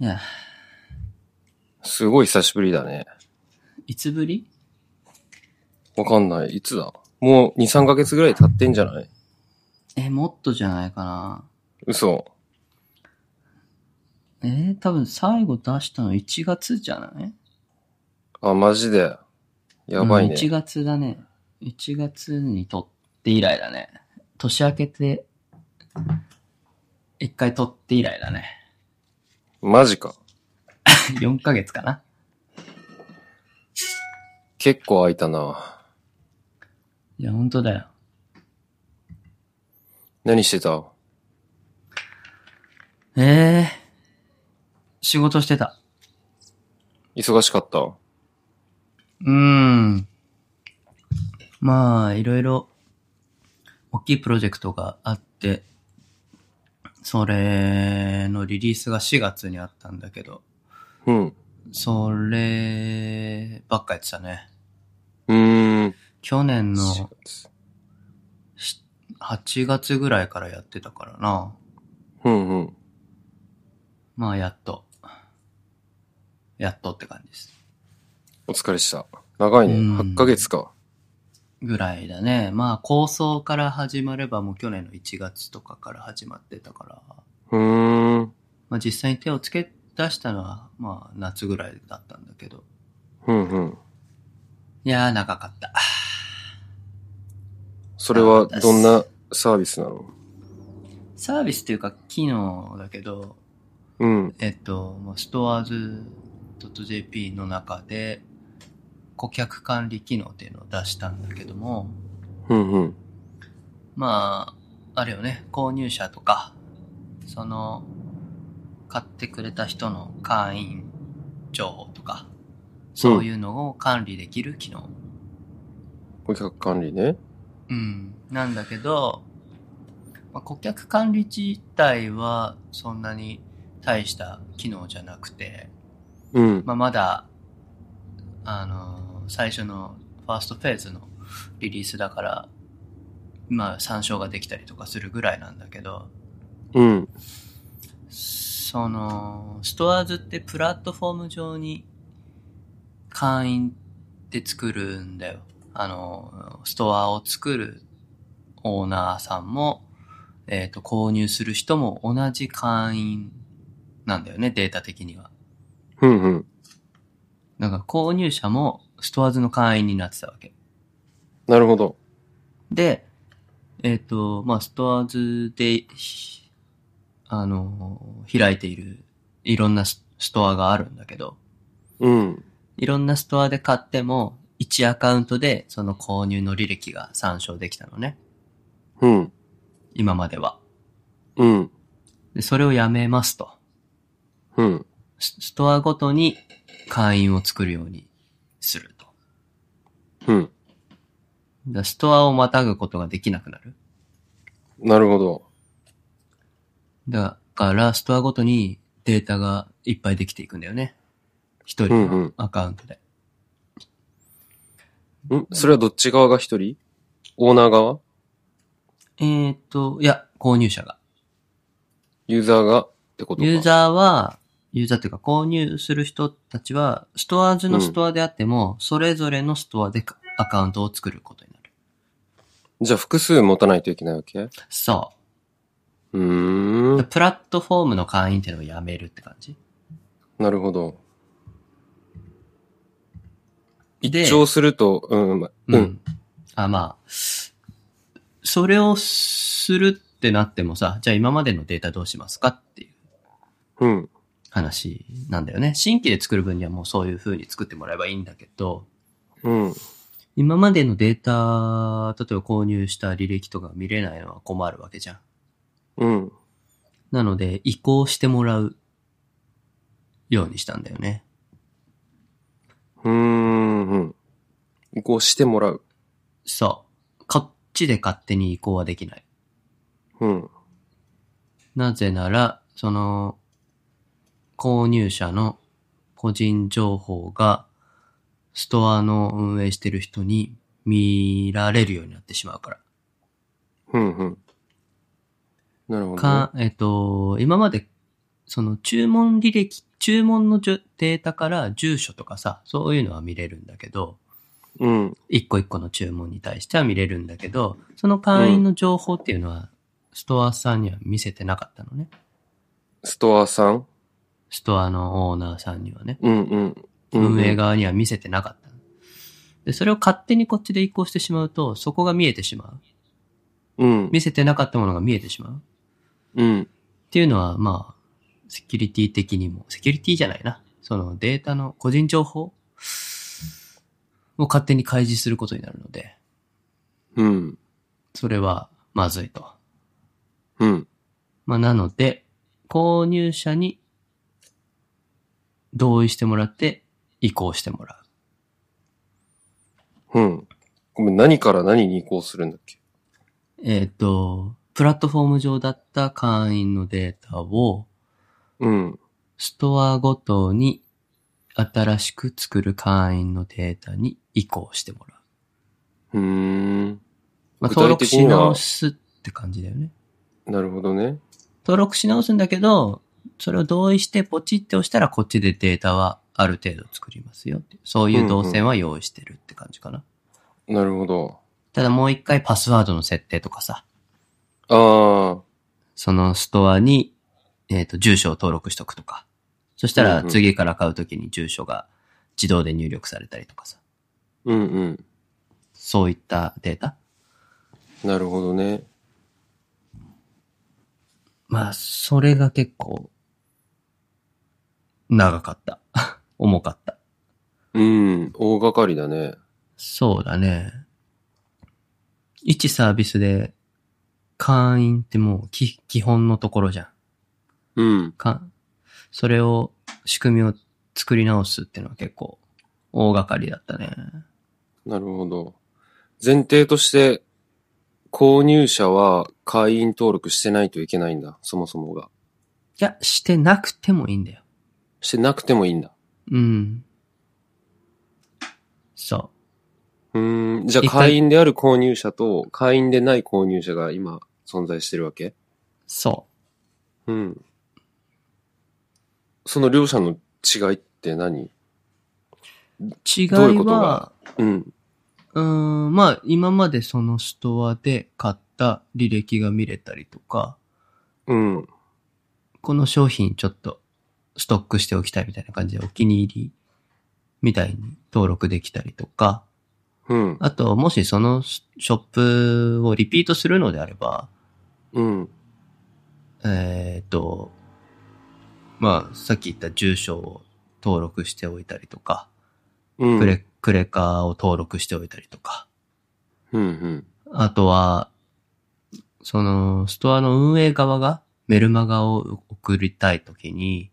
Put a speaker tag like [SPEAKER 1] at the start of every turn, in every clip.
[SPEAKER 1] いや、
[SPEAKER 2] すごい久しぶりだね。
[SPEAKER 1] いつぶり
[SPEAKER 2] わかんない。いつだもう2、3ヶ月ぐらい経ってんじゃない
[SPEAKER 1] え、もっとじゃないかな。
[SPEAKER 2] 嘘。
[SPEAKER 1] えー、多分最後出したの1月じゃない
[SPEAKER 2] あ、マジで。やばいね
[SPEAKER 1] うん。1月だね。1月に撮って以来だね。年明けて、1回撮って以来だね。
[SPEAKER 2] マジか。
[SPEAKER 1] 4ヶ月かな。
[SPEAKER 2] 結構空いたな。
[SPEAKER 1] いや、本当だよ。
[SPEAKER 2] 何してた
[SPEAKER 1] ええ仕事してた。
[SPEAKER 2] 忙しかった
[SPEAKER 1] うーん。まあ、いろいろ、大きいプロジェクトがあって、それのリリースが4月にあったんだけど、
[SPEAKER 2] うん。
[SPEAKER 1] そればっかやってたね。
[SPEAKER 2] うーん。
[SPEAKER 1] 去年の
[SPEAKER 2] 4月
[SPEAKER 1] 8月ぐらいからやってたからな。
[SPEAKER 2] うんうん。
[SPEAKER 1] まあ、やっと。やっとって感じです。
[SPEAKER 2] お疲れした。長いね。
[SPEAKER 1] うん
[SPEAKER 2] 8ヶ月か。
[SPEAKER 1] ぐらいだね。まあ、構想から始まればもう去年の1月とかから始まってたから、
[SPEAKER 2] うーん。
[SPEAKER 1] まあ実際に手をつけ出したのは、まあ夏ぐらいだったんだけど。
[SPEAKER 2] うんうん。
[SPEAKER 1] いやー、長かった。
[SPEAKER 2] それはどんなサービスなの
[SPEAKER 1] サービスというか機能だけど、
[SPEAKER 2] うん。
[SPEAKER 1] えっと、まあストアーズ .jp の中で、顧客管理機能っていうのを出したんだけども、
[SPEAKER 2] うんうん。
[SPEAKER 1] まあ、あれよね、購入者とか、その、買ってくれた人の会員情報とか、そういうのを管理できる機能。
[SPEAKER 2] 顧客管理ね。
[SPEAKER 1] うん。なんだけど、まあ、顧客管理自体はそんなに大した機能じゃなくて、
[SPEAKER 2] うん。
[SPEAKER 1] まあ、まだ、あのー最初のファーストフェーズのリリースだから、まあ、参照ができたりとかするぐらいなんだけど、
[SPEAKER 2] うん。
[SPEAKER 1] その、ストアーズってプラットフォーム上に会員って作るんだよ。あの、ストアを作るオーナーさんも、えっ、と、購入する人も同じ会員なんだよね、データ的には。
[SPEAKER 2] うんうん。
[SPEAKER 1] だから購入者もストアーズの会員になってたわけ。
[SPEAKER 2] なるほど。
[SPEAKER 1] で、えっ、と、まあ、ストアーズで、ひあの、開いているいろんなスストアがあるんだけど、
[SPEAKER 2] うん。
[SPEAKER 1] いろんなストアで買っても、1アカウントでその購入の履歴が参照できたのね。
[SPEAKER 2] うん。
[SPEAKER 1] 今までは。
[SPEAKER 2] うん。
[SPEAKER 1] で、それをやめますと。
[SPEAKER 2] うん。
[SPEAKER 1] スストアごとに会員を作るようにすると。
[SPEAKER 2] うん。
[SPEAKER 1] だストアをまたぐことができなくなる。
[SPEAKER 2] なるほど。
[SPEAKER 1] だから、ストアごとにデータがいっぱいできていくんだよね。一人
[SPEAKER 2] うんう
[SPEAKER 1] の
[SPEAKER 2] ん
[SPEAKER 1] アカウントで。
[SPEAKER 2] んそれはどっち側が一人オーナー側
[SPEAKER 1] えーっと、いや、購入者が。
[SPEAKER 2] ユーザーがってことか
[SPEAKER 1] ユーザーは、ユーザーっていうか購入する人たちは、ストアーズのストアであっても、それぞれのストアでかアカウントを作ることになる。
[SPEAKER 2] じゃあ複数持たないといけないわけう
[SPEAKER 1] そ
[SPEAKER 2] ー
[SPEAKER 1] う。
[SPEAKER 2] ん。
[SPEAKER 1] プラットフォームの会員っていうのをやめるって感じ。
[SPEAKER 2] なるほど。
[SPEAKER 1] で
[SPEAKER 2] 一応すると、うん、ま
[SPEAKER 1] う。
[SPEAKER 2] うんん。
[SPEAKER 1] あ、まあ、それをするってなってもさ、じゃあ今までのデータどうしますかっていう
[SPEAKER 2] うん。
[SPEAKER 1] 話なんだよね。新規で作る分にはもうそういう風に作ってもらえばいいんだけど、
[SPEAKER 2] うん。
[SPEAKER 1] 今までのデータ、例えば購入した履歴とか見れないのは困るわけじゃん。
[SPEAKER 2] うん。
[SPEAKER 1] なので、移行してもらうようにしたんだよね。
[SPEAKER 2] うーん。うん。移行してもらう。
[SPEAKER 1] そう。こっちで勝手に移行はできない。
[SPEAKER 2] うん。
[SPEAKER 1] なぜなら、その、購入者の個人情報が、ストアの運営してる人に見られるようになってしまうから。
[SPEAKER 2] うん。うん。なるほど、ね。
[SPEAKER 1] か、えっと、今までその注文履歴、注文のじゅデータから住所とかさ、そういうのは見れるんだけど、
[SPEAKER 2] うん。
[SPEAKER 1] 一個一個の注文に対しては見れるんだけど、その会員の情報っていうのは、ストアさんには見せてなかったのね。
[SPEAKER 2] ストアさん
[SPEAKER 1] ストアのオーナーさんにはね。
[SPEAKER 2] うんうん。うん
[SPEAKER 1] 運営。側には見せてなかったの。で、それを勝手にこっちで移行してしまうと、そこが見えてしまう。
[SPEAKER 2] うん。
[SPEAKER 1] 見せてなかったものが見えてしまう。
[SPEAKER 2] うん。
[SPEAKER 1] っていうのは、まあ、セキュリティ的にも、セキュリティじゃないな。そのデータの個人情報を勝手に開示することになるので、
[SPEAKER 2] うん。
[SPEAKER 1] それはまずいと。
[SPEAKER 2] うん。
[SPEAKER 1] まあ、なので、購入者に同意してもらって移行してもらう。
[SPEAKER 2] うん。ごめん、何から何に移行するんだっけ
[SPEAKER 1] えっ、と、プラットフォーム上だった会員のデータを
[SPEAKER 2] うん。
[SPEAKER 1] ストアごとに新しく作る会員のデータに移行してもらう。
[SPEAKER 2] うーん。
[SPEAKER 1] まあ、
[SPEAKER 2] 具体的には
[SPEAKER 1] 登録し直すって感じだよね。
[SPEAKER 2] なるほどね。
[SPEAKER 1] 登録し直すんだけど、それを同意してポチって押したらこっちでデータはある程度作りますよっていう。そういう動線は用意してるって感じかな。
[SPEAKER 2] なるほど。
[SPEAKER 1] ただもう一回パスワードの設定とかさ、
[SPEAKER 2] ああ。
[SPEAKER 1] そのストアに、えっ、と、住所を登録しとくとか。そした
[SPEAKER 2] う
[SPEAKER 1] ら
[SPEAKER 2] んうん
[SPEAKER 1] 次から買うときに住所が自動で入力されたりとかさ。
[SPEAKER 2] うんうん。
[SPEAKER 1] そういったデータ
[SPEAKER 2] なるほどね。
[SPEAKER 1] まあ、それが結構、長かった。 重かった。
[SPEAKER 2] うん。大掛かりだね。
[SPEAKER 1] そうだね。一サービスで、会員ってもうき基本のところじゃん。
[SPEAKER 2] うん。
[SPEAKER 1] か、それを、仕組みを作り直すっていうのは結構、大掛かりだったね。
[SPEAKER 2] なるほど。前提として、購入者は会員登録してないといけないんだ。そもそもが。
[SPEAKER 1] いや、してなくてもいいんだよ。
[SPEAKER 2] してなくてもいいんだ。
[SPEAKER 1] うん。そう
[SPEAKER 2] ーん。じゃ
[SPEAKER 1] 一
[SPEAKER 2] あ
[SPEAKER 1] 回
[SPEAKER 2] 会員である購入者と会員でない購入者が今存在してるわけ
[SPEAKER 1] う。そ
[SPEAKER 2] うん。その両者の違いって
[SPEAKER 1] う。
[SPEAKER 2] 何
[SPEAKER 1] 違い
[SPEAKER 2] どういうこと
[SPEAKER 1] は
[SPEAKER 2] が、うん。
[SPEAKER 1] うーん、まあ、今までそのストアで買った履歴が見れたりとか、
[SPEAKER 2] うん。
[SPEAKER 1] この商品ちょっとストックしておきたいみたいな感じでお気に入りみたいに登録できたりとか、
[SPEAKER 2] うん。
[SPEAKER 1] あと、もしそのショップをリピートするのであれば、
[SPEAKER 2] うん。
[SPEAKER 1] えっ、と、まあ、さっき言った住所を登録しておいたりとか、
[SPEAKER 2] うん。
[SPEAKER 1] クレ、クレカを登録しておいたりとか、
[SPEAKER 2] うん。うん。
[SPEAKER 1] あとは、その、ストアの運営側がメルマガを送りたいときに、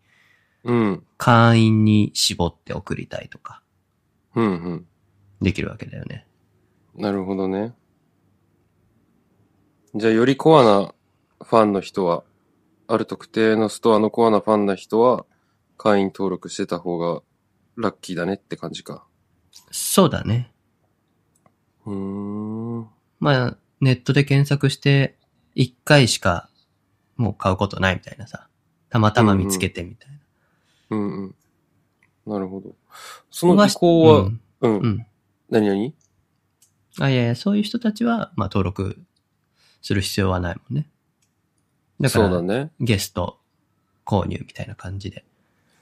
[SPEAKER 2] うん。
[SPEAKER 1] 会員に絞って送りたいとか、
[SPEAKER 2] うん。うん。
[SPEAKER 1] できるわけだよね。
[SPEAKER 2] なるほどね。じゃあ、よりコアなファンの人は、ある特定のストアのコアなファンな人は、会員登録してた方がラッキーだねって感じか。
[SPEAKER 1] そうだね。
[SPEAKER 2] うーん。
[SPEAKER 1] まあ、ネットで検索して、一回しかもう買うことないみたいなさ。たまたま見つけてみたいな。
[SPEAKER 2] うんうん。なるほど。その移行は、
[SPEAKER 1] うん
[SPEAKER 2] うん。
[SPEAKER 1] うん。
[SPEAKER 2] 何々
[SPEAKER 1] あ、いやいや、そういう人たちは、まあ、登録する必要はないもんね。だか
[SPEAKER 2] そう
[SPEAKER 1] ら、
[SPEAKER 2] だね。
[SPEAKER 1] ゲスト購入みたいな感じで。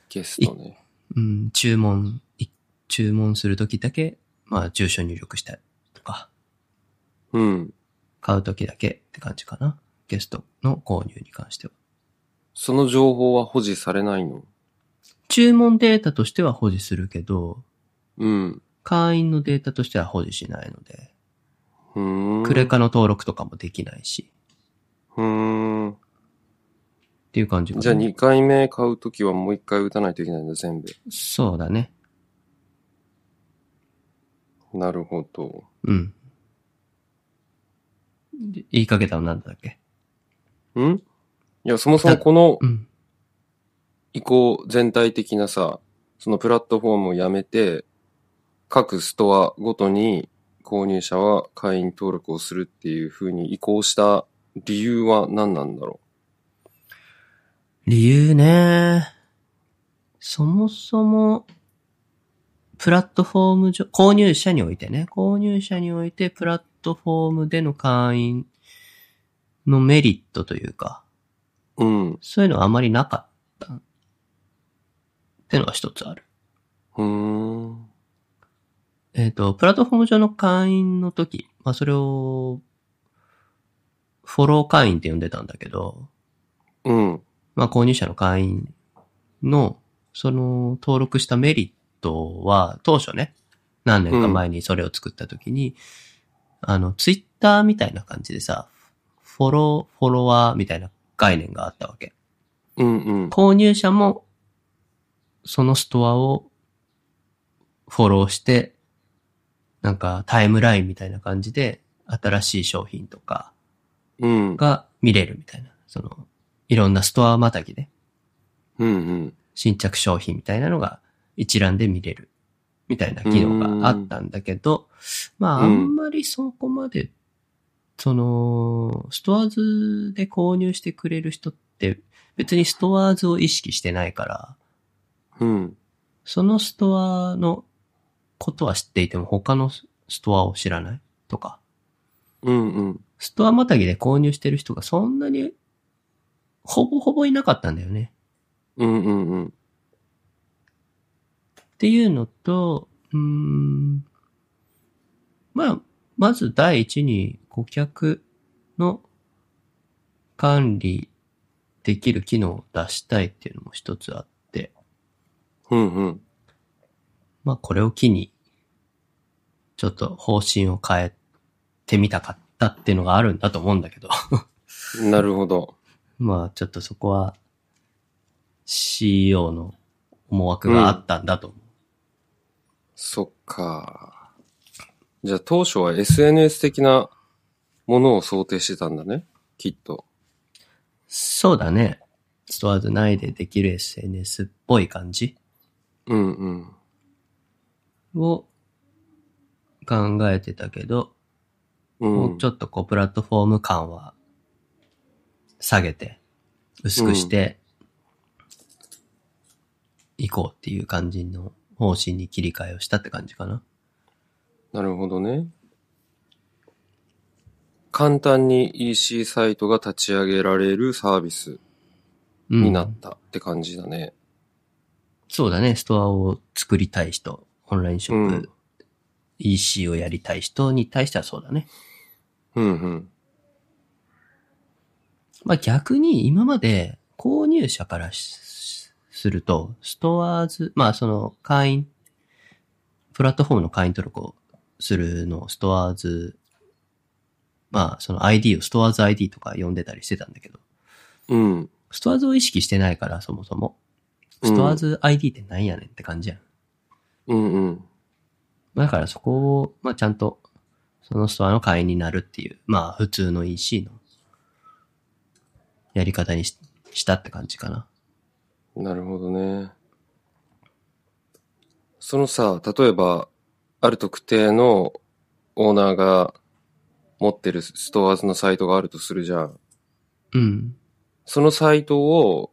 [SPEAKER 2] ゲストね。
[SPEAKER 1] うん、注文、い注文するときだけ、まあ、住所入力したりとか、
[SPEAKER 2] うん。
[SPEAKER 1] 買うときだけって感じかな。ゲストの購入に関しては。
[SPEAKER 2] その情報は保持されないの
[SPEAKER 1] 注文データとしては保持するけど、
[SPEAKER 2] うん。
[SPEAKER 1] 会員のデータとしては保持しないので、
[SPEAKER 2] うーん。
[SPEAKER 1] クレカの登録とかもできないし、
[SPEAKER 2] うーん。
[SPEAKER 1] っていう感じかな
[SPEAKER 2] じゃあ2回目買うときはもう1回打たないといけないんだ、全部。
[SPEAKER 1] そうだね。
[SPEAKER 2] なるほど。
[SPEAKER 1] うん。で言いかけたのなんだっけ
[SPEAKER 2] んいや、そもそも
[SPEAKER 1] だ
[SPEAKER 2] この
[SPEAKER 1] うん。
[SPEAKER 2] 移行全体的なさ、そのプラットフォームをやめて、各ストアごとに購入者は会員登録をするっていう風に移行した理由は何なんだろ
[SPEAKER 1] 理由ね。そもそも、プラットフォーム上、購入者においてね、購入者においてプラットフォームでの会員のメリットというか、
[SPEAKER 2] うん。
[SPEAKER 1] そういうのはあまりなかった。ってのが一つある。
[SPEAKER 2] うーん。
[SPEAKER 1] えっ、と、プラットフォーム上の会員の時、まあそれを、フォロー会員って呼んでたんだけど、
[SPEAKER 2] うん。
[SPEAKER 1] まあ、購入者の会員の、その、登録したメリットは、当初ね、何年か前にそれを作った時に、あの、ツイッターみたいな感じでさ、フォロー、フォロワーみたいな概念があったわけ。
[SPEAKER 2] うんうん。
[SPEAKER 1] 購入者も、そのストアをフォローして、なんかタイムラインみたいな感じで、新しい商品とか
[SPEAKER 2] うん。
[SPEAKER 1] が見れるみたいな、その、いろんなストアまたぎで、
[SPEAKER 2] うんうん。
[SPEAKER 1] 新着商品みたいなのが一覧で見れるみたいな機能があったんだけど、まああ
[SPEAKER 2] うん
[SPEAKER 1] んまりそこまで、その、ストアーズで購入してくれる人って別にストアーズを意識してないから、
[SPEAKER 2] うん。
[SPEAKER 1] そのストアのことは知っていても他のストアを知らないとか、
[SPEAKER 2] うんうん。
[SPEAKER 1] ストアまたぎで購入してる人がそんなにほぼほぼいなかったんだよね。
[SPEAKER 2] うんうんうん。
[SPEAKER 1] っていうのと、うーん、まあ、まず第一に顧客の管理できる機能を出したいっていうのも一つあって、
[SPEAKER 2] うんうん。
[SPEAKER 1] まあこれを機に、ちょっと方針を変えてみたかったっていうのがあるんだと思うんだけど、
[SPEAKER 2] なるほど。
[SPEAKER 1] まあちょっとそこは CEO の思惑があったんだと思う。
[SPEAKER 2] そっか。じゃあ当初は SNS 的なものを想定してたんだね。きっと。
[SPEAKER 1] そうだね。ストアーズ内でできる SNS っぽい感じ
[SPEAKER 2] うんうん。
[SPEAKER 1] を考えてたけど、
[SPEAKER 2] うん。
[SPEAKER 1] もうちょっとこうプラットフォーム感は下げて、薄くして、いこうっていう感じの方針に切り替えをしたって感じかな。
[SPEAKER 2] なるほどね。簡単に EC サイトが立ち上げられるサービス
[SPEAKER 1] うん。
[SPEAKER 2] になったって感じだね。
[SPEAKER 1] そうだね、ストアを作りたい人、オンラインショップ、
[SPEAKER 2] うん
[SPEAKER 1] EC をやりたい人に対してはそうだね。
[SPEAKER 2] うんうん。
[SPEAKER 1] まあ、逆に今まで購入者からしすると、ストアーズ、まあその会員、プラットフォームの会員登録をするのをストアーズ、まあその ID をストアーズ ID とか呼んでたりしてたんだけど、
[SPEAKER 2] うん。
[SPEAKER 1] ストアーズを意識してないからそもそも。ストアーズ ID ってなんやねんって感じやん。
[SPEAKER 2] うんうん。
[SPEAKER 1] だからそこを、まあちゃんと、そのストアの会員になるっていう、まあ普通の EC のやり方にししたって感じかな。
[SPEAKER 2] なるほどね。そのさ、例えば、ある特定のオーナーが持ってるストアーズのサイトがあるとするじゃん。
[SPEAKER 1] うん。
[SPEAKER 2] そのサイトを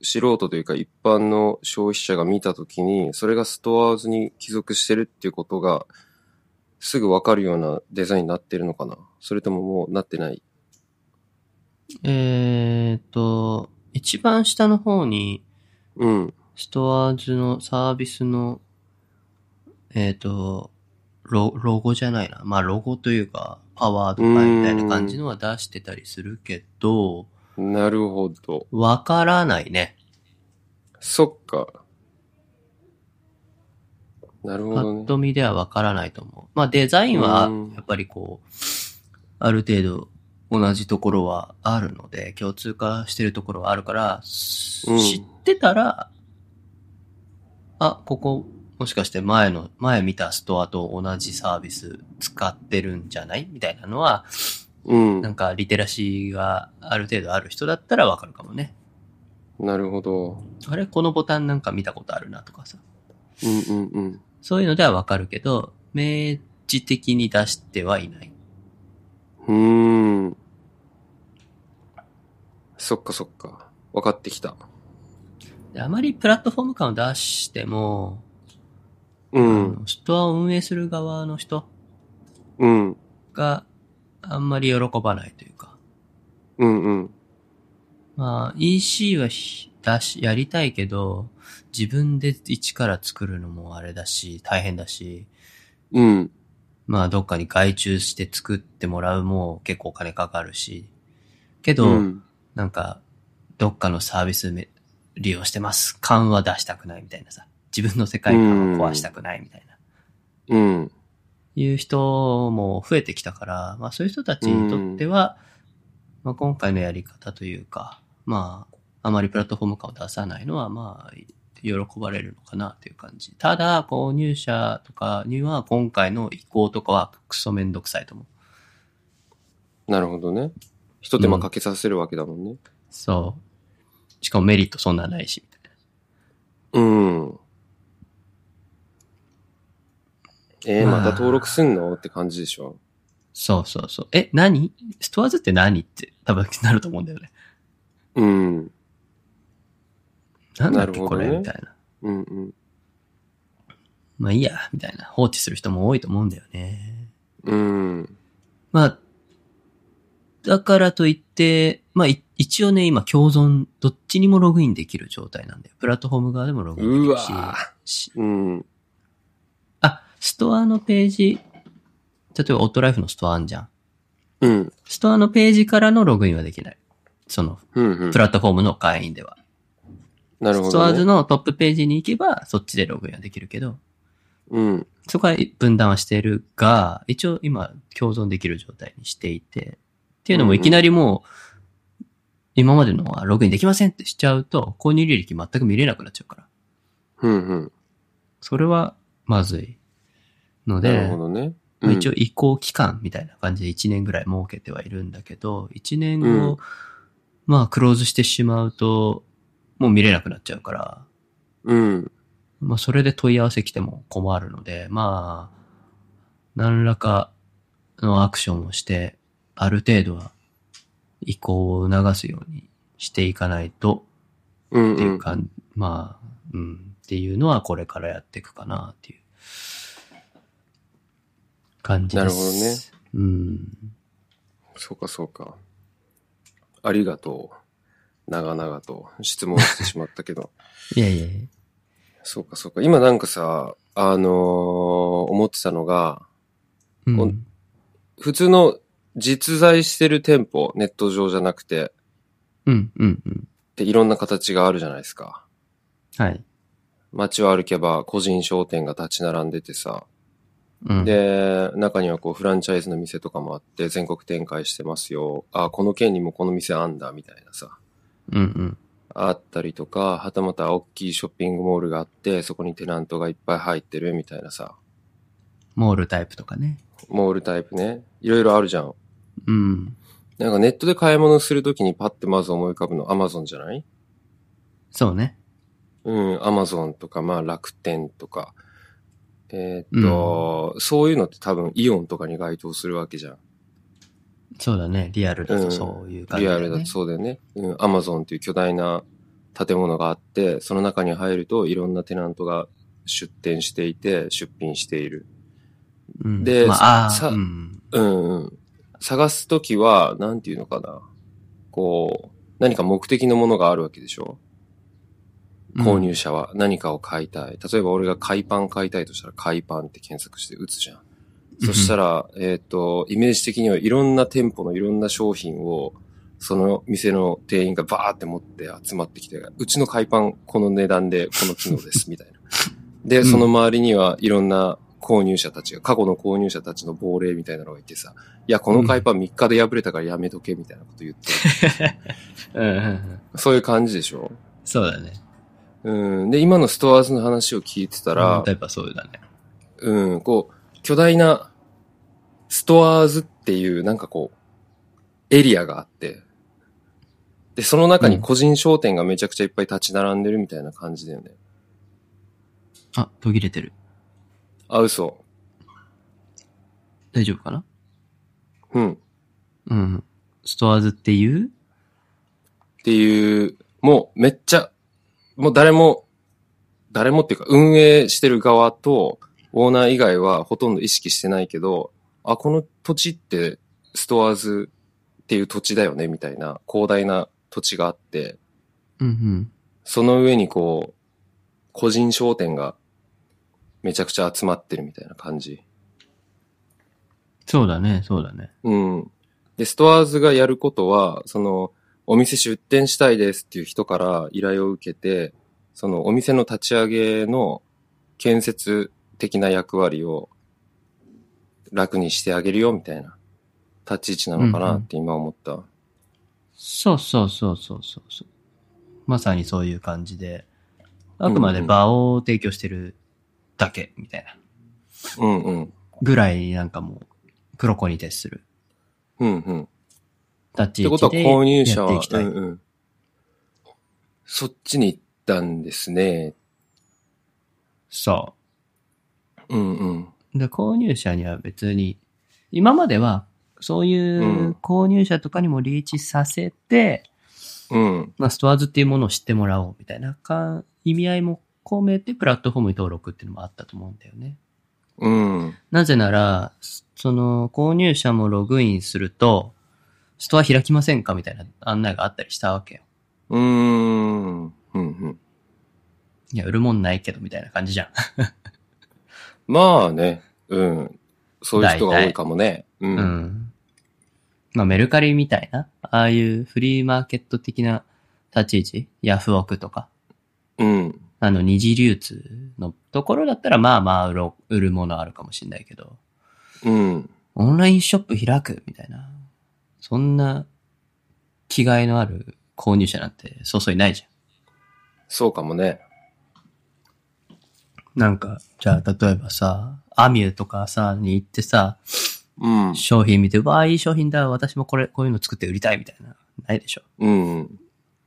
[SPEAKER 2] 素人というか一般の消費者が見たときに、それがストアーズに帰属してるっていうことが、すぐわかるようなデザインになってるのかなそれとももうなってない
[SPEAKER 1] えーっと、一番下の方に、
[SPEAKER 2] うん。
[SPEAKER 1] ストアーズのサービスの、えーっと、ロロゴじゃないな。まあ、ロゴというか、パワードバイみたいな感じのは出してたりするけど、
[SPEAKER 2] なるほど。
[SPEAKER 1] わからないね。
[SPEAKER 2] そっか。なるほ
[SPEAKER 1] パ
[SPEAKER 2] ど
[SPEAKER 1] ッ
[SPEAKER 2] ね。
[SPEAKER 1] と見ではわからないと思う。まあ、デザインは
[SPEAKER 2] うん、
[SPEAKER 1] やっぱりこう、ある程度同じところはあるので、共通化してるところはあるから、
[SPEAKER 2] うん
[SPEAKER 1] 知ってたら、あ、ここ、もしかして前の、前見たストアと同じサービス使ってるんじゃないみたいなのは、
[SPEAKER 2] うん
[SPEAKER 1] な。んかリテラシーがある程度ある人だったらわかるかもね。
[SPEAKER 2] なるほど。
[SPEAKER 1] あれこのボタンなんか見たことあるなとかさ。
[SPEAKER 2] うんうんうん。
[SPEAKER 1] そういうのではわかるけど、明示的に出してはいない。
[SPEAKER 2] うーん。そっかそっか。分かってきた。
[SPEAKER 1] であまりプラットフォーム感を出しても、
[SPEAKER 2] う
[SPEAKER 1] あ
[SPEAKER 2] ん。
[SPEAKER 1] のストアを運営する側の人
[SPEAKER 2] うん。
[SPEAKER 1] があんまり喜ばないというか、
[SPEAKER 2] うんうん。
[SPEAKER 1] まあ EC はひ出し、やりたいけど、自分で一から作るのもあれだし、大変だし、
[SPEAKER 2] うん。
[SPEAKER 1] まあどっかに外注して作ってもらうも結構お金かかるし、け
[SPEAKER 2] う
[SPEAKER 1] ど、
[SPEAKER 2] ん。
[SPEAKER 1] なんか、どっかのサービスめ利用してます感は出したくないみたいなさ、自分の世界観を壊したくないみたいな、
[SPEAKER 2] うん。
[SPEAKER 1] いう人も増えてきたから、まあそういう人たちにとっては、まあ今回のやり方というか、まあ、あまりプラットフォーム感を出さないのは、まあ、喜ばれるのかなという感じ。ただ、購入者とかには今回の移行とかはクソめんどくさいと思う。
[SPEAKER 2] なるほどね。ひと手間かけさせるわけだもんね。
[SPEAKER 1] そう。しかもメリットそんなないし、みたいな。
[SPEAKER 2] うん。えー、
[SPEAKER 1] まあ
[SPEAKER 2] また登録すんのって感じでしょ。
[SPEAKER 1] そうそうそう。え、何ストアーズって何って多分なると思うんだよね。
[SPEAKER 2] うん。
[SPEAKER 1] なんだっけ、
[SPEAKER 2] なるほ
[SPEAKER 1] こ
[SPEAKER 2] どね
[SPEAKER 1] れみたいな。
[SPEAKER 2] うんうん。
[SPEAKER 1] まあいいや、みたいな。放置する人も多いと思うんだよね。
[SPEAKER 2] うん。
[SPEAKER 1] まあ、だからといって、まあい一応ね、今共存、どっちにもログインできる状態なんだよ。プラットフォーム側でもログインでき
[SPEAKER 2] う
[SPEAKER 1] る
[SPEAKER 2] わ
[SPEAKER 1] し
[SPEAKER 2] ぁ。
[SPEAKER 1] し
[SPEAKER 2] うん。
[SPEAKER 1] あ、ストアのページ、例えばオットライフのストアあんじゃん。
[SPEAKER 2] うん。
[SPEAKER 1] ストアのページからのログインはできない。その、
[SPEAKER 2] うん。うん
[SPEAKER 1] プ。ラットフォームの会員では。
[SPEAKER 2] なる
[SPEAKER 1] ス
[SPEAKER 2] ほ
[SPEAKER 1] トア
[SPEAKER 2] ど、
[SPEAKER 1] ーズ
[SPEAKER 2] ね。
[SPEAKER 1] のトップページに行けば、そっちでログインはできるけど、
[SPEAKER 2] うん。
[SPEAKER 1] そこは分断はしてるが、一応今共存できる状態にしていて、っていうの
[SPEAKER 2] うん
[SPEAKER 1] も
[SPEAKER 2] うん
[SPEAKER 1] いきなりもう、今までのはログインできませんってしちゃうと、購入履歴全く見れなくなっちゃうから。
[SPEAKER 2] うん。うん。
[SPEAKER 1] それはまずいの
[SPEAKER 2] なる
[SPEAKER 1] で
[SPEAKER 2] ほ、どね。
[SPEAKER 1] まあ一
[SPEAKER 2] 応。
[SPEAKER 1] 応移行期間みたいな感じで1年ぐらい設けてはいるんだけど、1年後、
[SPEAKER 2] うん
[SPEAKER 1] まあクローズしてしまうと、もう見れなくなっちゃうから、
[SPEAKER 2] うん。
[SPEAKER 1] まあ、それで問い合わせ来ても困るので、まあ、何らかのアクションをして、ある程度は移行を促すようにしていかないと
[SPEAKER 2] うん。。
[SPEAKER 1] っていううんか、まあ、うん、っていうのはこれからやっていくかなっていう感じです。なるほどね。うん。
[SPEAKER 2] そうか、そうか。ありがとう。長々と質問してしまったけ ど。
[SPEAKER 1] いやいやいや。
[SPEAKER 2] そうか、そうか。今なんかさ、あのー思ってたのが、
[SPEAKER 1] う
[SPEAKER 2] こ
[SPEAKER 1] ん
[SPEAKER 2] ん。普通の実在してる店舗、ネット上じゃなくて、
[SPEAKER 1] うん、うん、うん。
[SPEAKER 2] で、いろんな形があるじゃないですか。
[SPEAKER 1] はい。
[SPEAKER 2] 街を歩けば個人商店が立ち並んでてさ、
[SPEAKER 1] うん、
[SPEAKER 2] で、中にはこうフランチャイズの店とかもあって、全国展開してますよ。あ、この県にもこの店あんだ、みたいなさ。
[SPEAKER 1] うん、うん。
[SPEAKER 2] あったりとか、はたまた大きいショッピングモールがあって、そこにテナントがいっぱい入ってるみたいなさ、
[SPEAKER 1] モールタイプとかね。
[SPEAKER 2] モールタイプね。いろいろあるじゃん。
[SPEAKER 1] うん。
[SPEAKER 2] なんかネットで買い物するときにパッてまず思い浮かぶのアマゾンじゃない
[SPEAKER 1] そうね。
[SPEAKER 2] うん、アマゾンとか、まあ楽天とか。えーっと、そういうのって多分イオンとかに該当するわけじゃん。
[SPEAKER 1] そうだね。リアルだとそういう感じ
[SPEAKER 2] リ
[SPEAKER 1] だ
[SPEAKER 2] ア
[SPEAKER 1] よね。
[SPEAKER 2] ルだとそうだよね。うん、アマゾンっていう巨大な建物があって、その中に入るといろんなテナントが出店していて、出品している。
[SPEAKER 1] うん
[SPEAKER 2] で
[SPEAKER 1] まあ、あー
[SPEAKER 2] さ
[SPEAKER 1] うん。
[SPEAKER 2] うんうん。探すときは、なんていうのかな。こう、何か目的のものがあるわけでしょ購入者は何かを買いたい。例えば俺が海パン買いたいとしたら海パンって検索して打つじゃん。そしたら、えっ、と、イメージ的にはいろんな店舗のいろんな商品を、その店の店員がバーって持って集まってきて、うちの海パンこの値段でこの機 能です、みたいな。で、
[SPEAKER 1] うん
[SPEAKER 2] その周りにはいろんな購入者たちが、過去の購入者たちの亡霊みたいなのがいてさ、いや、この海パン3日で破れたからやめとけ、みたいなこと言ってる、
[SPEAKER 1] うんうんうん。
[SPEAKER 2] そういう感じでしょ
[SPEAKER 1] そうだね。
[SPEAKER 2] うん。で、今のストアーズの話を聞いてたら、
[SPEAKER 1] タイプはそうだね。
[SPEAKER 2] うん、こう、巨大なストアーズっていう、なんかこう、エリアがあって、で、その中に個人商店がめちゃくちゃいっぱい立ち並んでるみたいな感じだよね。
[SPEAKER 1] あ、途切れてる。
[SPEAKER 2] あ、嘘。
[SPEAKER 1] 大丈夫かな
[SPEAKER 2] うん。っ
[SPEAKER 1] うん。ストアーズっていう
[SPEAKER 2] ていう、もうめっちゃ、もう誰も、誰もっていうか、運営してる側と、オーナー以外はほとんど意識してないけど、あ、この土地って、ストアーズっていう土地だよね、みたいな、広大な土地があって、
[SPEAKER 1] うんうん。
[SPEAKER 2] その上にこう、個人商店がめちゃくちゃ集まってるみたいな感じ。
[SPEAKER 1] そうだね、そうだね。
[SPEAKER 2] うん。で、ストアーズがやることは、その、お店出店したいですっていう人から依頼を受けて、そのお店の立ち上げの建設的な役割を楽にしてあげるよみたいな立ち位置なのかなって今思った。
[SPEAKER 1] そうそうそうそうそうそう。まさにそういう感じで、あくまで場を提供してるだけ、みたいな。
[SPEAKER 2] うんうん。
[SPEAKER 1] ぐらいなんかもう、黒子に徹する。
[SPEAKER 2] うんうん。っ
[SPEAKER 1] 立ち
[SPEAKER 2] て
[SPEAKER 1] 位
[SPEAKER 2] こと
[SPEAKER 1] 置
[SPEAKER 2] は
[SPEAKER 1] で
[SPEAKER 2] 購入者
[SPEAKER 1] やってい
[SPEAKER 2] は
[SPEAKER 1] き、たい。
[SPEAKER 2] うんうんそっちに行ったんですね。
[SPEAKER 1] そ
[SPEAKER 2] うんうん。
[SPEAKER 1] う。で、購入者には別に、今までは、そういううん購入者とかにもリーチさせて、
[SPEAKER 2] うん。
[SPEAKER 1] まあ、ストアーズっていうものを知ってもらおうみたいなか意味合いも込めてプラットフォームに登録っていうのもあったと思うんだよね。
[SPEAKER 2] うん。
[SPEAKER 1] なぜなら、その購入者もログインすると、ストア開きませんかみたいな案内があったりしたわけよ。
[SPEAKER 2] うーん。うんうん。
[SPEAKER 1] いや、売るもんないけどみたいな感じじゃん。
[SPEAKER 2] まあね、うん。そういう人が多いかもね。う。
[SPEAKER 1] うんん。まあ、メルカリみたいな、ああいうフリーマーケット的な立ち位置、ヤフオクとか、
[SPEAKER 2] うん。
[SPEAKER 1] あの、二次流通のところだったら、まあまあ売ろう売るものあるかもしれないけど、
[SPEAKER 2] うん。
[SPEAKER 1] オンラインショップ開くみたいな、そんな気概のある購入者なんてそうそういないじ
[SPEAKER 2] そうかもね。
[SPEAKER 1] ゃん。なんか、じゃあ、例えばさ、アミューとかさ、に行ってさ、
[SPEAKER 2] うん。
[SPEAKER 1] 商品見て、わあ、いい商品だ、私もこれ、こういうの作って売りたいみたいな、ないでしょ。
[SPEAKER 2] うん。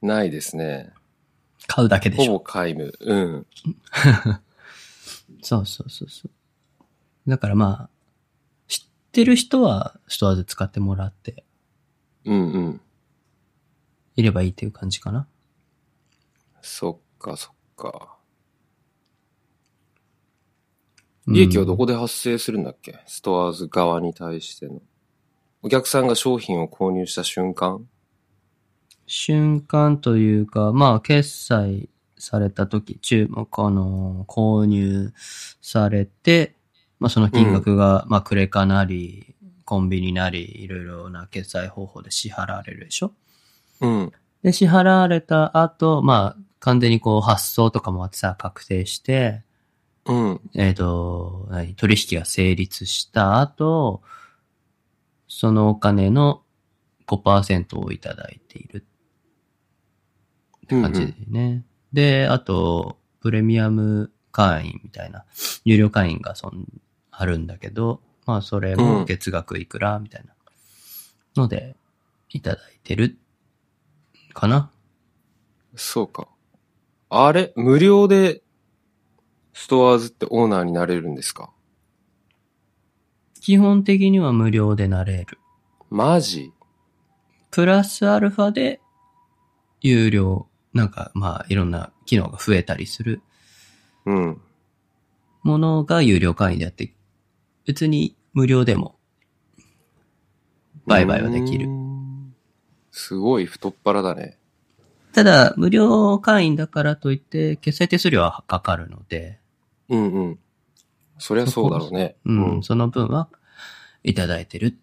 [SPEAKER 2] ないですね。
[SPEAKER 1] 買うだけでしょ
[SPEAKER 2] ほ。ぼ皆無。うん。
[SPEAKER 1] そうそうそうそう。だからまあ、知ってる人はストアで使ってもらって
[SPEAKER 2] うんうん。
[SPEAKER 1] いればいいっていう感じかな。
[SPEAKER 2] そっかそっか。
[SPEAKER 1] うん
[SPEAKER 2] 利益はどこで発生するんだっけ、ストアーズ側に対しての。お客さんが商品を購入した瞬間
[SPEAKER 1] 瞬間というか、まあ、決済された時、注文、あの、購入されて、まあ、その金額が、まあ、クレカなり、コンビニなり、いろいろな決済方法で支払われるでしょ
[SPEAKER 2] うん。
[SPEAKER 1] で、支払われた後、まあ、完全にこう、発送とかもさ、確定して、
[SPEAKER 2] うん。
[SPEAKER 1] えっ、と、何取引が成立した後、そのお金の5%をいただいているって感じでね。で、あと、プレミアム会員みたいな、有料会員がそんあるんだけど、まあ、それも月額いくらみたいなので、いただいてるかな。
[SPEAKER 2] そうか。あれ無料でストアーズってオーナーになれるんですか
[SPEAKER 1] 基本的には無料でなれる。
[SPEAKER 2] マジ
[SPEAKER 1] プラスアルファで、有料、なんか、まあ、いろんな機能が増えたりする
[SPEAKER 2] うん。
[SPEAKER 1] ものが有料会員であって、別に無料でも、売買はでき
[SPEAKER 2] うー
[SPEAKER 1] る。
[SPEAKER 2] ん。すごい太っ腹だね。
[SPEAKER 1] ただ、無料会員だからといって、決済手数料はかかるので、
[SPEAKER 2] うんうん。そりゃそうだろうね。
[SPEAKER 1] うん、その分は、いただいてるっ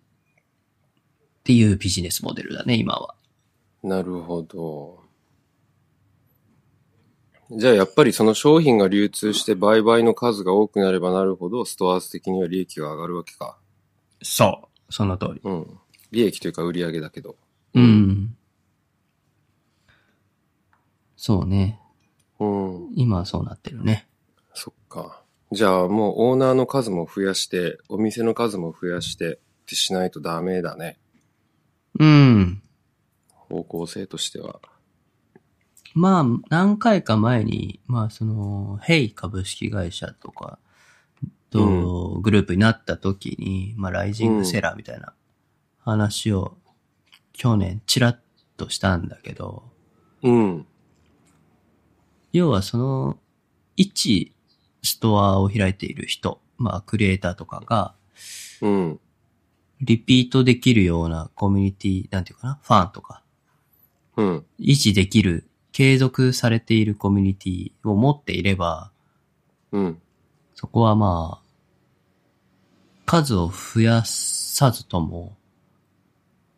[SPEAKER 1] ていうビジネスモデルだね、今は。
[SPEAKER 2] なるほど。じゃあやっぱりその商品が流通して売買の数が多くなればなるほど、ストアーズ的には利益が上がるわけか。
[SPEAKER 1] そう、その通り。
[SPEAKER 2] うん。利益というか売り上げだけど。
[SPEAKER 1] うん。そうね。
[SPEAKER 2] うん。
[SPEAKER 1] 今はそうなってるね。
[SPEAKER 2] そっか。じゃあもうオーナーの数も増やして、お店の数も増やしてってしないとダメだね。
[SPEAKER 1] うん。
[SPEAKER 2] 方向性としては。
[SPEAKER 1] まあ、何回か前に、まあ、その、ヘイ株式会社とか、と、グループになった時に、まあ、ライジングセラーみたいな話を、去年、ちらっとしたんだけど、
[SPEAKER 2] うん。
[SPEAKER 1] 要はその、一ストアを開いている人、まあ、クリエイターとかが、
[SPEAKER 2] うん。
[SPEAKER 1] リピートできるようなコミュニティ、なんていうかな、ファンとか、
[SPEAKER 2] うん。
[SPEAKER 1] 維持できる、継続されているコミュニティを持っていれば、
[SPEAKER 2] うん。
[SPEAKER 1] そこはまあ、数を増やさずとも、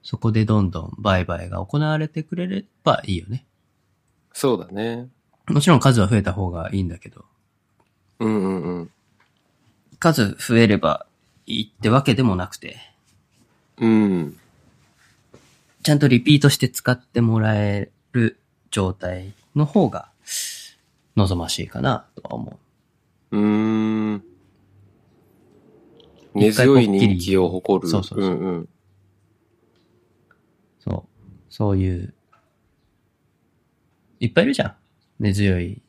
[SPEAKER 1] そこでどんどん売買が行われてくれればいいよね。
[SPEAKER 2] そうだね。
[SPEAKER 1] もちろん数は増えた方がいいんだけど、
[SPEAKER 2] うんうんうん。
[SPEAKER 1] 数増えればいいってわけでもなくて、
[SPEAKER 2] うん。
[SPEAKER 1] ちゃんとリピートして使ってもらえる状態の方が望ましいかなとは思
[SPEAKER 2] うーん。根強い人気を誇る。
[SPEAKER 1] そうそうそうん
[SPEAKER 2] うん。
[SPEAKER 1] う。そう。そういう、いっぱいいるじゃん。根強い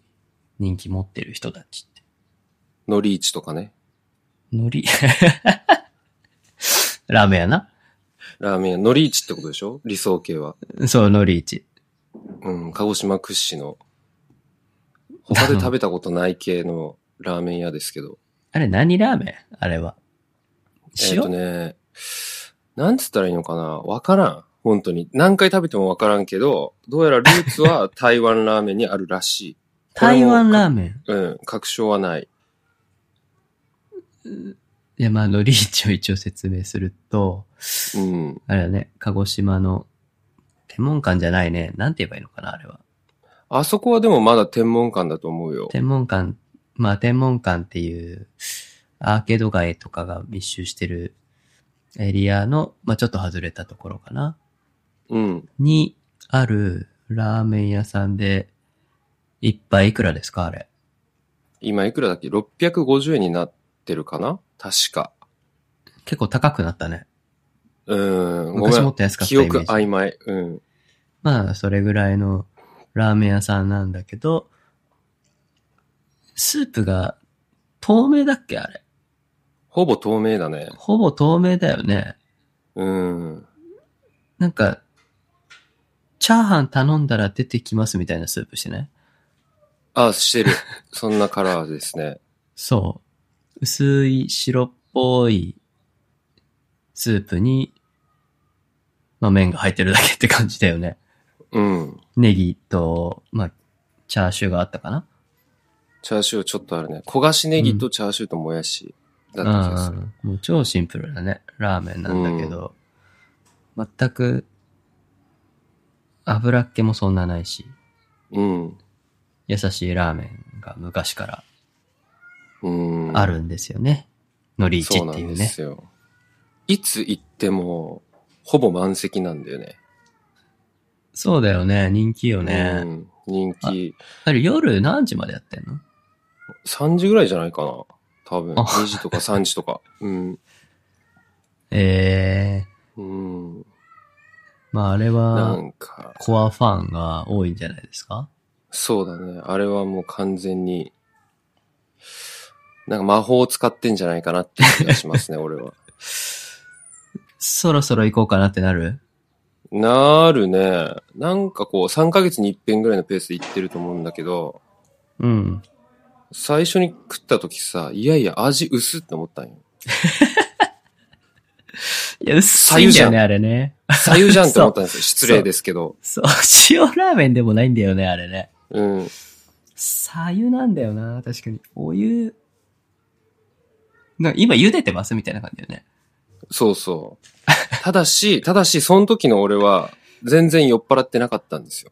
[SPEAKER 1] 人気持ってる人たちって。
[SPEAKER 2] のリーチとかね。
[SPEAKER 1] のり、 ラーメンやな。
[SPEAKER 2] ラーメン屋、のリーチってことでしょ理想系は。
[SPEAKER 1] そう、のり一。
[SPEAKER 2] うん。鹿児島屈指の。他で食べたことない系のラーメン屋ですけど。
[SPEAKER 1] あれ何ラーメンあれは。
[SPEAKER 2] えっ、
[SPEAKER 1] 塩、
[SPEAKER 2] とね、なんつったらいいのかなわからん。本当に。何回食べてもわからんけど、どうやらルーツ は台湾ラーメンにあるらしい。
[SPEAKER 1] 台湾ラーメン。
[SPEAKER 2] うん。確証はない。
[SPEAKER 1] いや、まあ、のり一を一応説明すると、
[SPEAKER 2] うん。
[SPEAKER 1] あれだね、鹿児島の天文館じゃないね。なんて言えばいいのかな、あれは。
[SPEAKER 2] あそこはでもまだ天文館だと思うよ。
[SPEAKER 1] 天文館、まあ天文館っていうアーケード街とかが密集してるエリアの、まあちょっと外れたところかな。
[SPEAKER 2] うん。
[SPEAKER 1] にあるラーメン屋さんで、一杯いくらですかあれ。
[SPEAKER 2] 今いくらだっけ ?650 円になってるかな確か。
[SPEAKER 1] 結構高くなったね。
[SPEAKER 2] うーん。ごめ
[SPEAKER 1] 昔も
[SPEAKER 2] ん
[SPEAKER 1] っ。と安かったイ
[SPEAKER 2] 記
[SPEAKER 1] メージ
[SPEAKER 2] 憶曖昧。うん。
[SPEAKER 1] まあ、それぐらいのラーメン屋さんなんだけど、スープが透明だっけあれ。
[SPEAKER 2] ほぼ透明だね。
[SPEAKER 1] ほぼ透明だよね。
[SPEAKER 2] うん。
[SPEAKER 1] なんか、チャーハン頼んだら出てきますみたいなスープしてね。
[SPEAKER 2] あ、してる。 そんなカラーですね。
[SPEAKER 1] そう。薄い白っぽいスープに、まあ麺が入ってるだけって感じだよね。
[SPEAKER 2] うん。
[SPEAKER 1] ネギと、まあ、チャーシューがあったかな。
[SPEAKER 2] チャーシューちょっとあるね。焦がしネギとチャーシューともやし。だった気がす
[SPEAKER 1] う
[SPEAKER 2] る。
[SPEAKER 1] んうんもう超シンプルなね、ラーメンなんだけど、全く油っ気もそんなないし、
[SPEAKER 2] うん。
[SPEAKER 1] 優しいラーメンが昔から
[SPEAKER 2] うん。
[SPEAKER 1] あるんですよね。のり一ってい
[SPEAKER 2] そうな
[SPEAKER 1] うん
[SPEAKER 2] で
[SPEAKER 1] ね。
[SPEAKER 2] すよ。いつ行っても、ほぼ満席なんだよね。
[SPEAKER 1] そうだよね。人気よね。
[SPEAKER 2] うん、人気、
[SPEAKER 1] あれ夜何時までやってんの
[SPEAKER 2] 3時ぐらいじゃないかな。多分、
[SPEAKER 1] あ
[SPEAKER 2] 2時とか3時とか。うん。
[SPEAKER 1] ええ
[SPEAKER 2] うん。
[SPEAKER 1] まああれ
[SPEAKER 2] な
[SPEAKER 1] は、
[SPEAKER 2] んか、
[SPEAKER 1] コアファンが多いんじゃないですか
[SPEAKER 2] そうだね。あれはもう完全に、なんか魔法を使ってんじゃないかなって気がしますね、俺は。
[SPEAKER 1] そろそろ行こうかなってなる
[SPEAKER 2] なるね。なんかこう、3ヶ月に一遍ぐらいのペースで行ってると思うんだけど、
[SPEAKER 1] うん。
[SPEAKER 2] 最初に食った時さ、いやいや、味薄って思ったんよ。
[SPEAKER 1] いや、薄いんだよね、あれね。
[SPEAKER 2] 左右じゃんって思ったんですよ。失礼ですけど。
[SPEAKER 1] そう、塩ラーメンでもないんだよね、あれね。
[SPEAKER 2] うん。
[SPEAKER 1] 左右なんだよな、確かに。お湯、な今茹でてますみたいな感じだよね。
[SPEAKER 2] そうそう。ただし、ただし、その時の俺は、全然酔っ払ってなかったんですよ。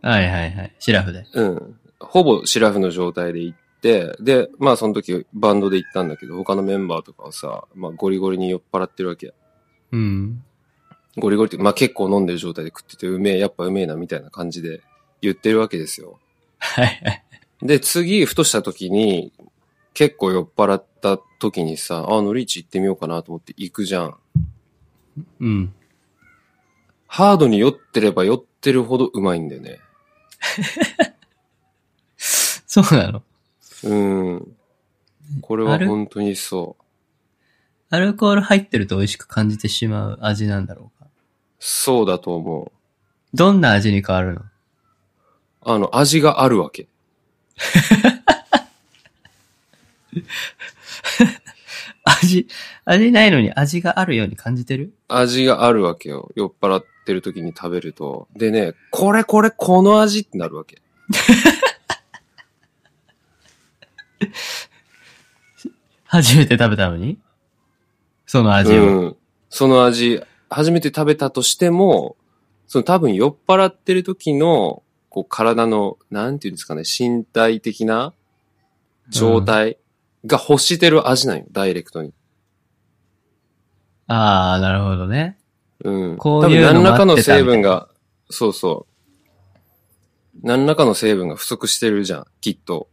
[SPEAKER 1] はいはいはい。シラフで。
[SPEAKER 2] うん。ほぼシラフの状態で行って、で、まあその時バンドで行ったんだけど、他のメンバーとかはさ、まあゴリゴリに酔っ払ってるわけ。
[SPEAKER 1] うん。
[SPEAKER 2] ゴリゴリって、まあ結構飲んでる状態で食ってて、うめえ、やっぱうめえな、みたいな感じで言ってるわけですよ。
[SPEAKER 1] はいはい。
[SPEAKER 2] で、次、ふとした時に、結構酔っ払った時にさ、あ、ノリーチ行ってみようかなと思って行くじゃん。
[SPEAKER 1] うん。
[SPEAKER 2] ハードに酔ってれば酔ってるほどうまいんだよね。
[SPEAKER 1] そうなの。
[SPEAKER 2] うん。これ
[SPEAKER 1] あ
[SPEAKER 2] は
[SPEAKER 1] る
[SPEAKER 2] 本当にそう。
[SPEAKER 1] アルコール入ってると美味しく感じてしまう味なんだろうか。
[SPEAKER 2] そうだと思
[SPEAKER 1] どんな味に変わるの
[SPEAKER 2] あの、味があるわけ。
[SPEAKER 1] 味、味ないのに味があるように感じてる
[SPEAKER 2] 味があるわけよ。酔っ払ってる時に食べると。でね、これこれこの味ってなるわけ。
[SPEAKER 1] 初めて食べたのにその味を。
[SPEAKER 2] うん。その味、初めて食べたとしても、その多分酔っ払ってる時の、こう体の、なんていうんですかね、身体的な状態が欲してる味なんよ、ダイレクトに。
[SPEAKER 1] ああ、なるほどね。
[SPEAKER 2] うん。
[SPEAKER 1] こういうの
[SPEAKER 2] 多分何らかの
[SPEAKER 1] 待ってた
[SPEAKER 2] 成分が、そうそう。何らかの成分が不足してるじゃん、きっと。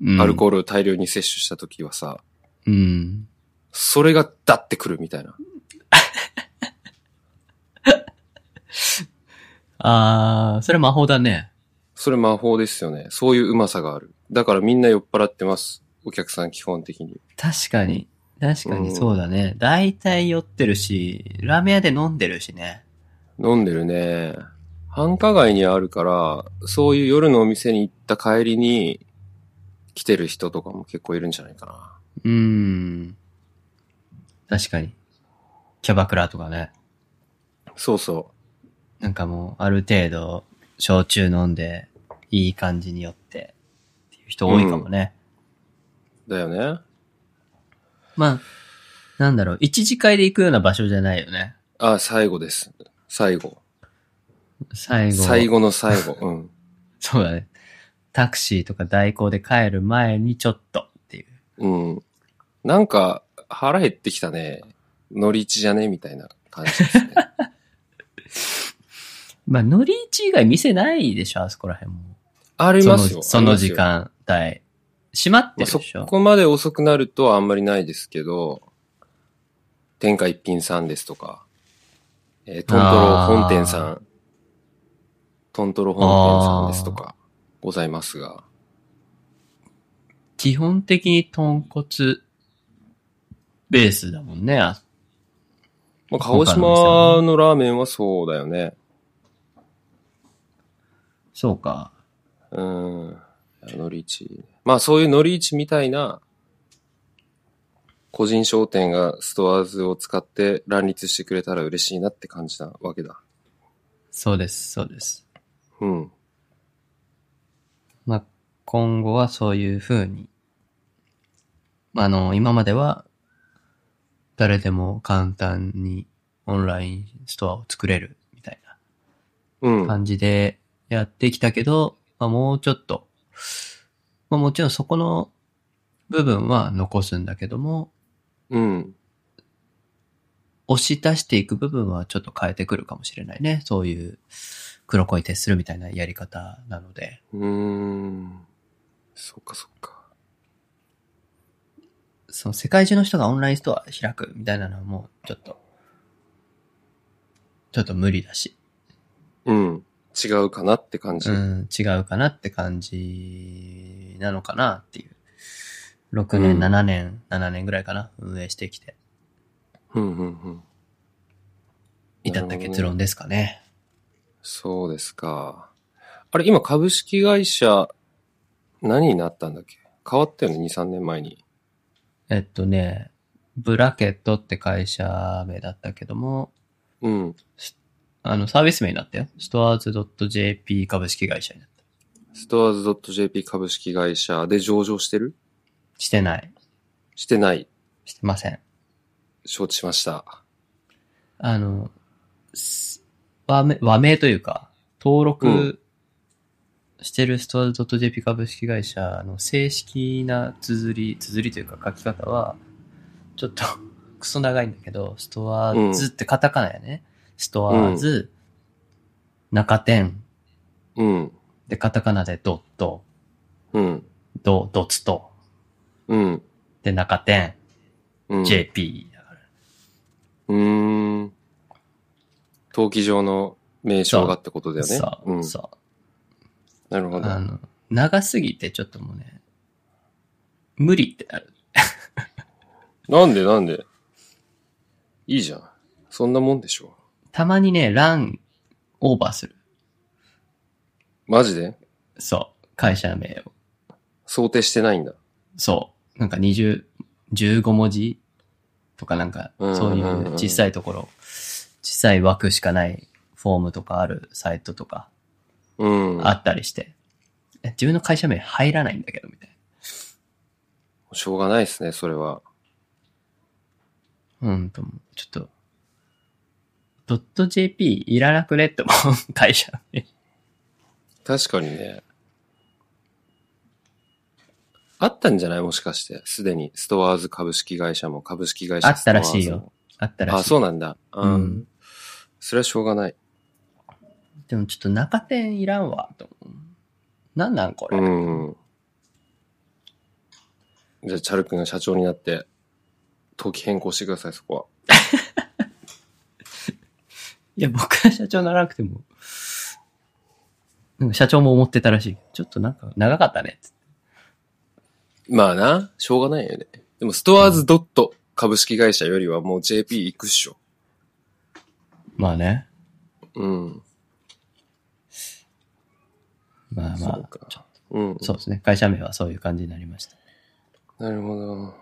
[SPEAKER 1] うん、
[SPEAKER 2] アルコールを大量に摂取した時はさ、
[SPEAKER 1] うん。
[SPEAKER 2] それがダってくるみたいな。
[SPEAKER 1] ああ、それ魔法だね。
[SPEAKER 2] それ魔法ですよね。そういううまさがある。だからみんな酔っ払ってます。お客さん基本的に。
[SPEAKER 1] 確かに。確かにそうだね。大体酔ってるし、ラーメン屋で飲んでるしね。
[SPEAKER 2] 飲んでるね。繁華街にあるから、そういう夜のお店に行った帰りに来てる人とかも結構いるんじゃないかな。
[SPEAKER 1] うーん。確かに。キャバクラとかね。
[SPEAKER 2] そうそ
[SPEAKER 1] なんかもう、ある程度、焼酎飲んで、いい感じに酔って、っていう人多いかもね。
[SPEAKER 2] う。だよね。
[SPEAKER 1] まあ、なんだろう、一次会で行くような場所じゃないよね。
[SPEAKER 2] あ、最後です。最後。
[SPEAKER 1] 最後。
[SPEAKER 2] 最後の最後。うん。
[SPEAKER 1] そうだね。タクシーとか代行で帰る前にちょっとっていう。
[SPEAKER 2] うん。なんか、腹減ってきたね。乗り地じゃねみたいな感じですね。
[SPEAKER 1] まあ、乗り市以外店ないでしょ、あそこら辺も。
[SPEAKER 2] あり
[SPEAKER 1] そ
[SPEAKER 2] ますよ。
[SPEAKER 1] のそ
[SPEAKER 2] あり
[SPEAKER 1] の
[SPEAKER 2] ますよ
[SPEAKER 1] 時。間帯。閉まって
[SPEAKER 2] まあ
[SPEAKER 1] る
[SPEAKER 2] そ
[SPEAKER 1] でしょ。
[SPEAKER 2] こまで遅くなるとあんまりないですけど、天下一品さんですとか、えートントロ本店さん、トントロ本店さんですとか、ございますが、
[SPEAKER 1] 基本的に豚骨ベースだもんね。あ
[SPEAKER 2] まあ、鹿児島のラーメンはそうだよね。
[SPEAKER 1] そうか。
[SPEAKER 2] うん。のり市。まあそういうのり市みたいな、個人商店がストアーズを使って乱立してくれたら嬉しいなって感じなわけだ。
[SPEAKER 1] そうです、そうです。
[SPEAKER 2] うん。
[SPEAKER 1] まあ、今後はそういう風に、あの、今までは、誰でも簡単にオンラインストアを作れるみたい
[SPEAKER 2] うん
[SPEAKER 1] な。感じでやってきたけど、まあ、もうちょっと、まあ、もちろんそこの部分は残すんだけども、
[SPEAKER 2] うん。
[SPEAKER 1] 押し出していく部分はちょっと変えてくるかもしれないね。そういう黒子に徹するみたいなやり方なので。
[SPEAKER 2] うーん。そっかそっか。
[SPEAKER 1] その世界中の人がオンラインストア開くみたいなのはもうちょっと、ちょっと無理だし、
[SPEAKER 2] うん。違うかなって感じ。
[SPEAKER 1] うん、違うかなって感じなのかなっていう。6年、
[SPEAKER 2] うん
[SPEAKER 1] 7年、7年ぐらいかな、運営してきて
[SPEAKER 2] うんうんうん
[SPEAKER 1] 至った結論
[SPEAKER 2] なるほどね
[SPEAKER 1] ですかね。
[SPEAKER 2] そうですか。あれ、今株式会社、何になったんだっけ変わったよね、2、3年前に。
[SPEAKER 1] えっとね、ブラケットって会社名だったけども、
[SPEAKER 2] うん。
[SPEAKER 1] あの、サービス名になったよ。stores.jp 株式会社になった。
[SPEAKER 2] ストアーズ .jp 株式会社で上場してる
[SPEAKER 1] してない。
[SPEAKER 2] してない。
[SPEAKER 1] してません。
[SPEAKER 2] 承知しました。
[SPEAKER 1] あの、す和名、和名というか、登
[SPEAKER 2] うん
[SPEAKER 1] 録してるストアーズ .jp 株式会社の正式な綴り、綴りというか書き方は、ちょっと クソ長いんだけど、ストアーズってカタカナやね。ストアーズ、中点
[SPEAKER 2] うん。
[SPEAKER 1] でカタカナでドット、
[SPEAKER 2] うん。
[SPEAKER 1] ド、ドツと、
[SPEAKER 2] うん。
[SPEAKER 1] で中点、
[SPEAKER 2] うん。
[SPEAKER 1] JP だから。
[SPEAKER 2] うーん。登記上の名称がってことだよね。
[SPEAKER 1] そう、
[SPEAKER 2] ん。
[SPEAKER 1] そう。
[SPEAKER 2] なるほど。
[SPEAKER 1] あの、長すぎてちょっともうね、無理ってなる。
[SPEAKER 2] なんでなんでいいじゃん。そんなもんでしょ。
[SPEAKER 1] たまにね、ランオーバーする。
[SPEAKER 2] マジで
[SPEAKER 1] そう。会社名を。
[SPEAKER 2] 想定してないんだ。
[SPEAKER 1] そう。なんか20、15文字とかなんか、
[SPEAKER 2] うんうんうん
[SPEAKER 1] そういう小さいところ、小さい枠しかないフォームとかあるサイトとか
[SPEAKER 2] うん。
[SPEAKER 1] あったりして、え自分の会社名入らないんだけど、みたい
[SPEAKER 2] しょうがないですね、それは。
[SPEAKER 1] な。うんと、ちょっと、ドット .jp いらなくねって思う会社名。
[SPEAKER 2] 確かにね。あったんじゃないもしかして。すでに、ストアーズ株式会社も株式会社
[SPEAKER 1] あったらしいよ
[SPEAKER 2] ストアーズも
[SPEAKER 1] あったらしい。
[SPEAKER 2] あ、そうなんだ。うん。
[SPEAKER 1] うん
[SPEAKER 2] それはしょうがない。
[SPEAKER 1] でもちょっと中店いらんわ、と思う。なんなんこれ。
[SPEAKER 2] うん。じゃあ、チャル君が社長になって、登記変更してください、そこは。
[SPEAKER 1] いや、僕は社長にならなくても、なんか社長も思ってたらしい。ちょっとなんか長かったねっつって。
[SPEAKER 2] まあな、しょうがないよね。でも、ストアーズドット株式会社よりはもう JP 行くっしょ。
[SPEAKER 1] まあね。
[SPEAKER 2] うん。
[SPEAKER 1] まあま
[SPEAKER 2] そう
[SPEAKER 1] あ
[SPEAKER 2] か。
[SPEAKER 1] ちょっ
[SPEAKER 2] うん
[SPEAKER 1] と。そうですね。会社名はそういう感じになりました。
[SPEAKER 2] なるほど。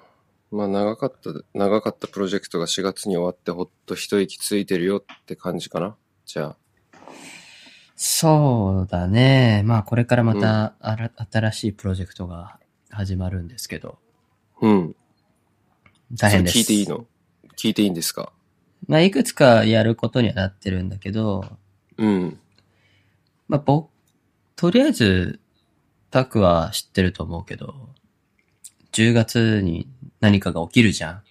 [SPEAKER 2] まあ長かった、長かったプロジェクトが4月に終わってほっと一息ついてるよって感じかな。じゃあ。
[SPEAKER 1] そうだね。まあこれからまた、あら新しいプロジェクトが始まるんですけど、
[SPEAKER 2] うん。
[SPEAKER 1] 大変です。
[SPEAKER 2] それ聞いていいの聞いていいんですか
[SPEAKER 1] まあいくつかやることにはなってるんだけど、
[SPEAKER 2] うん。
[SPEAKER 1] まあ僕、とりあえず、タクは知ってると思うけど、10月に何かが起きるじゃん。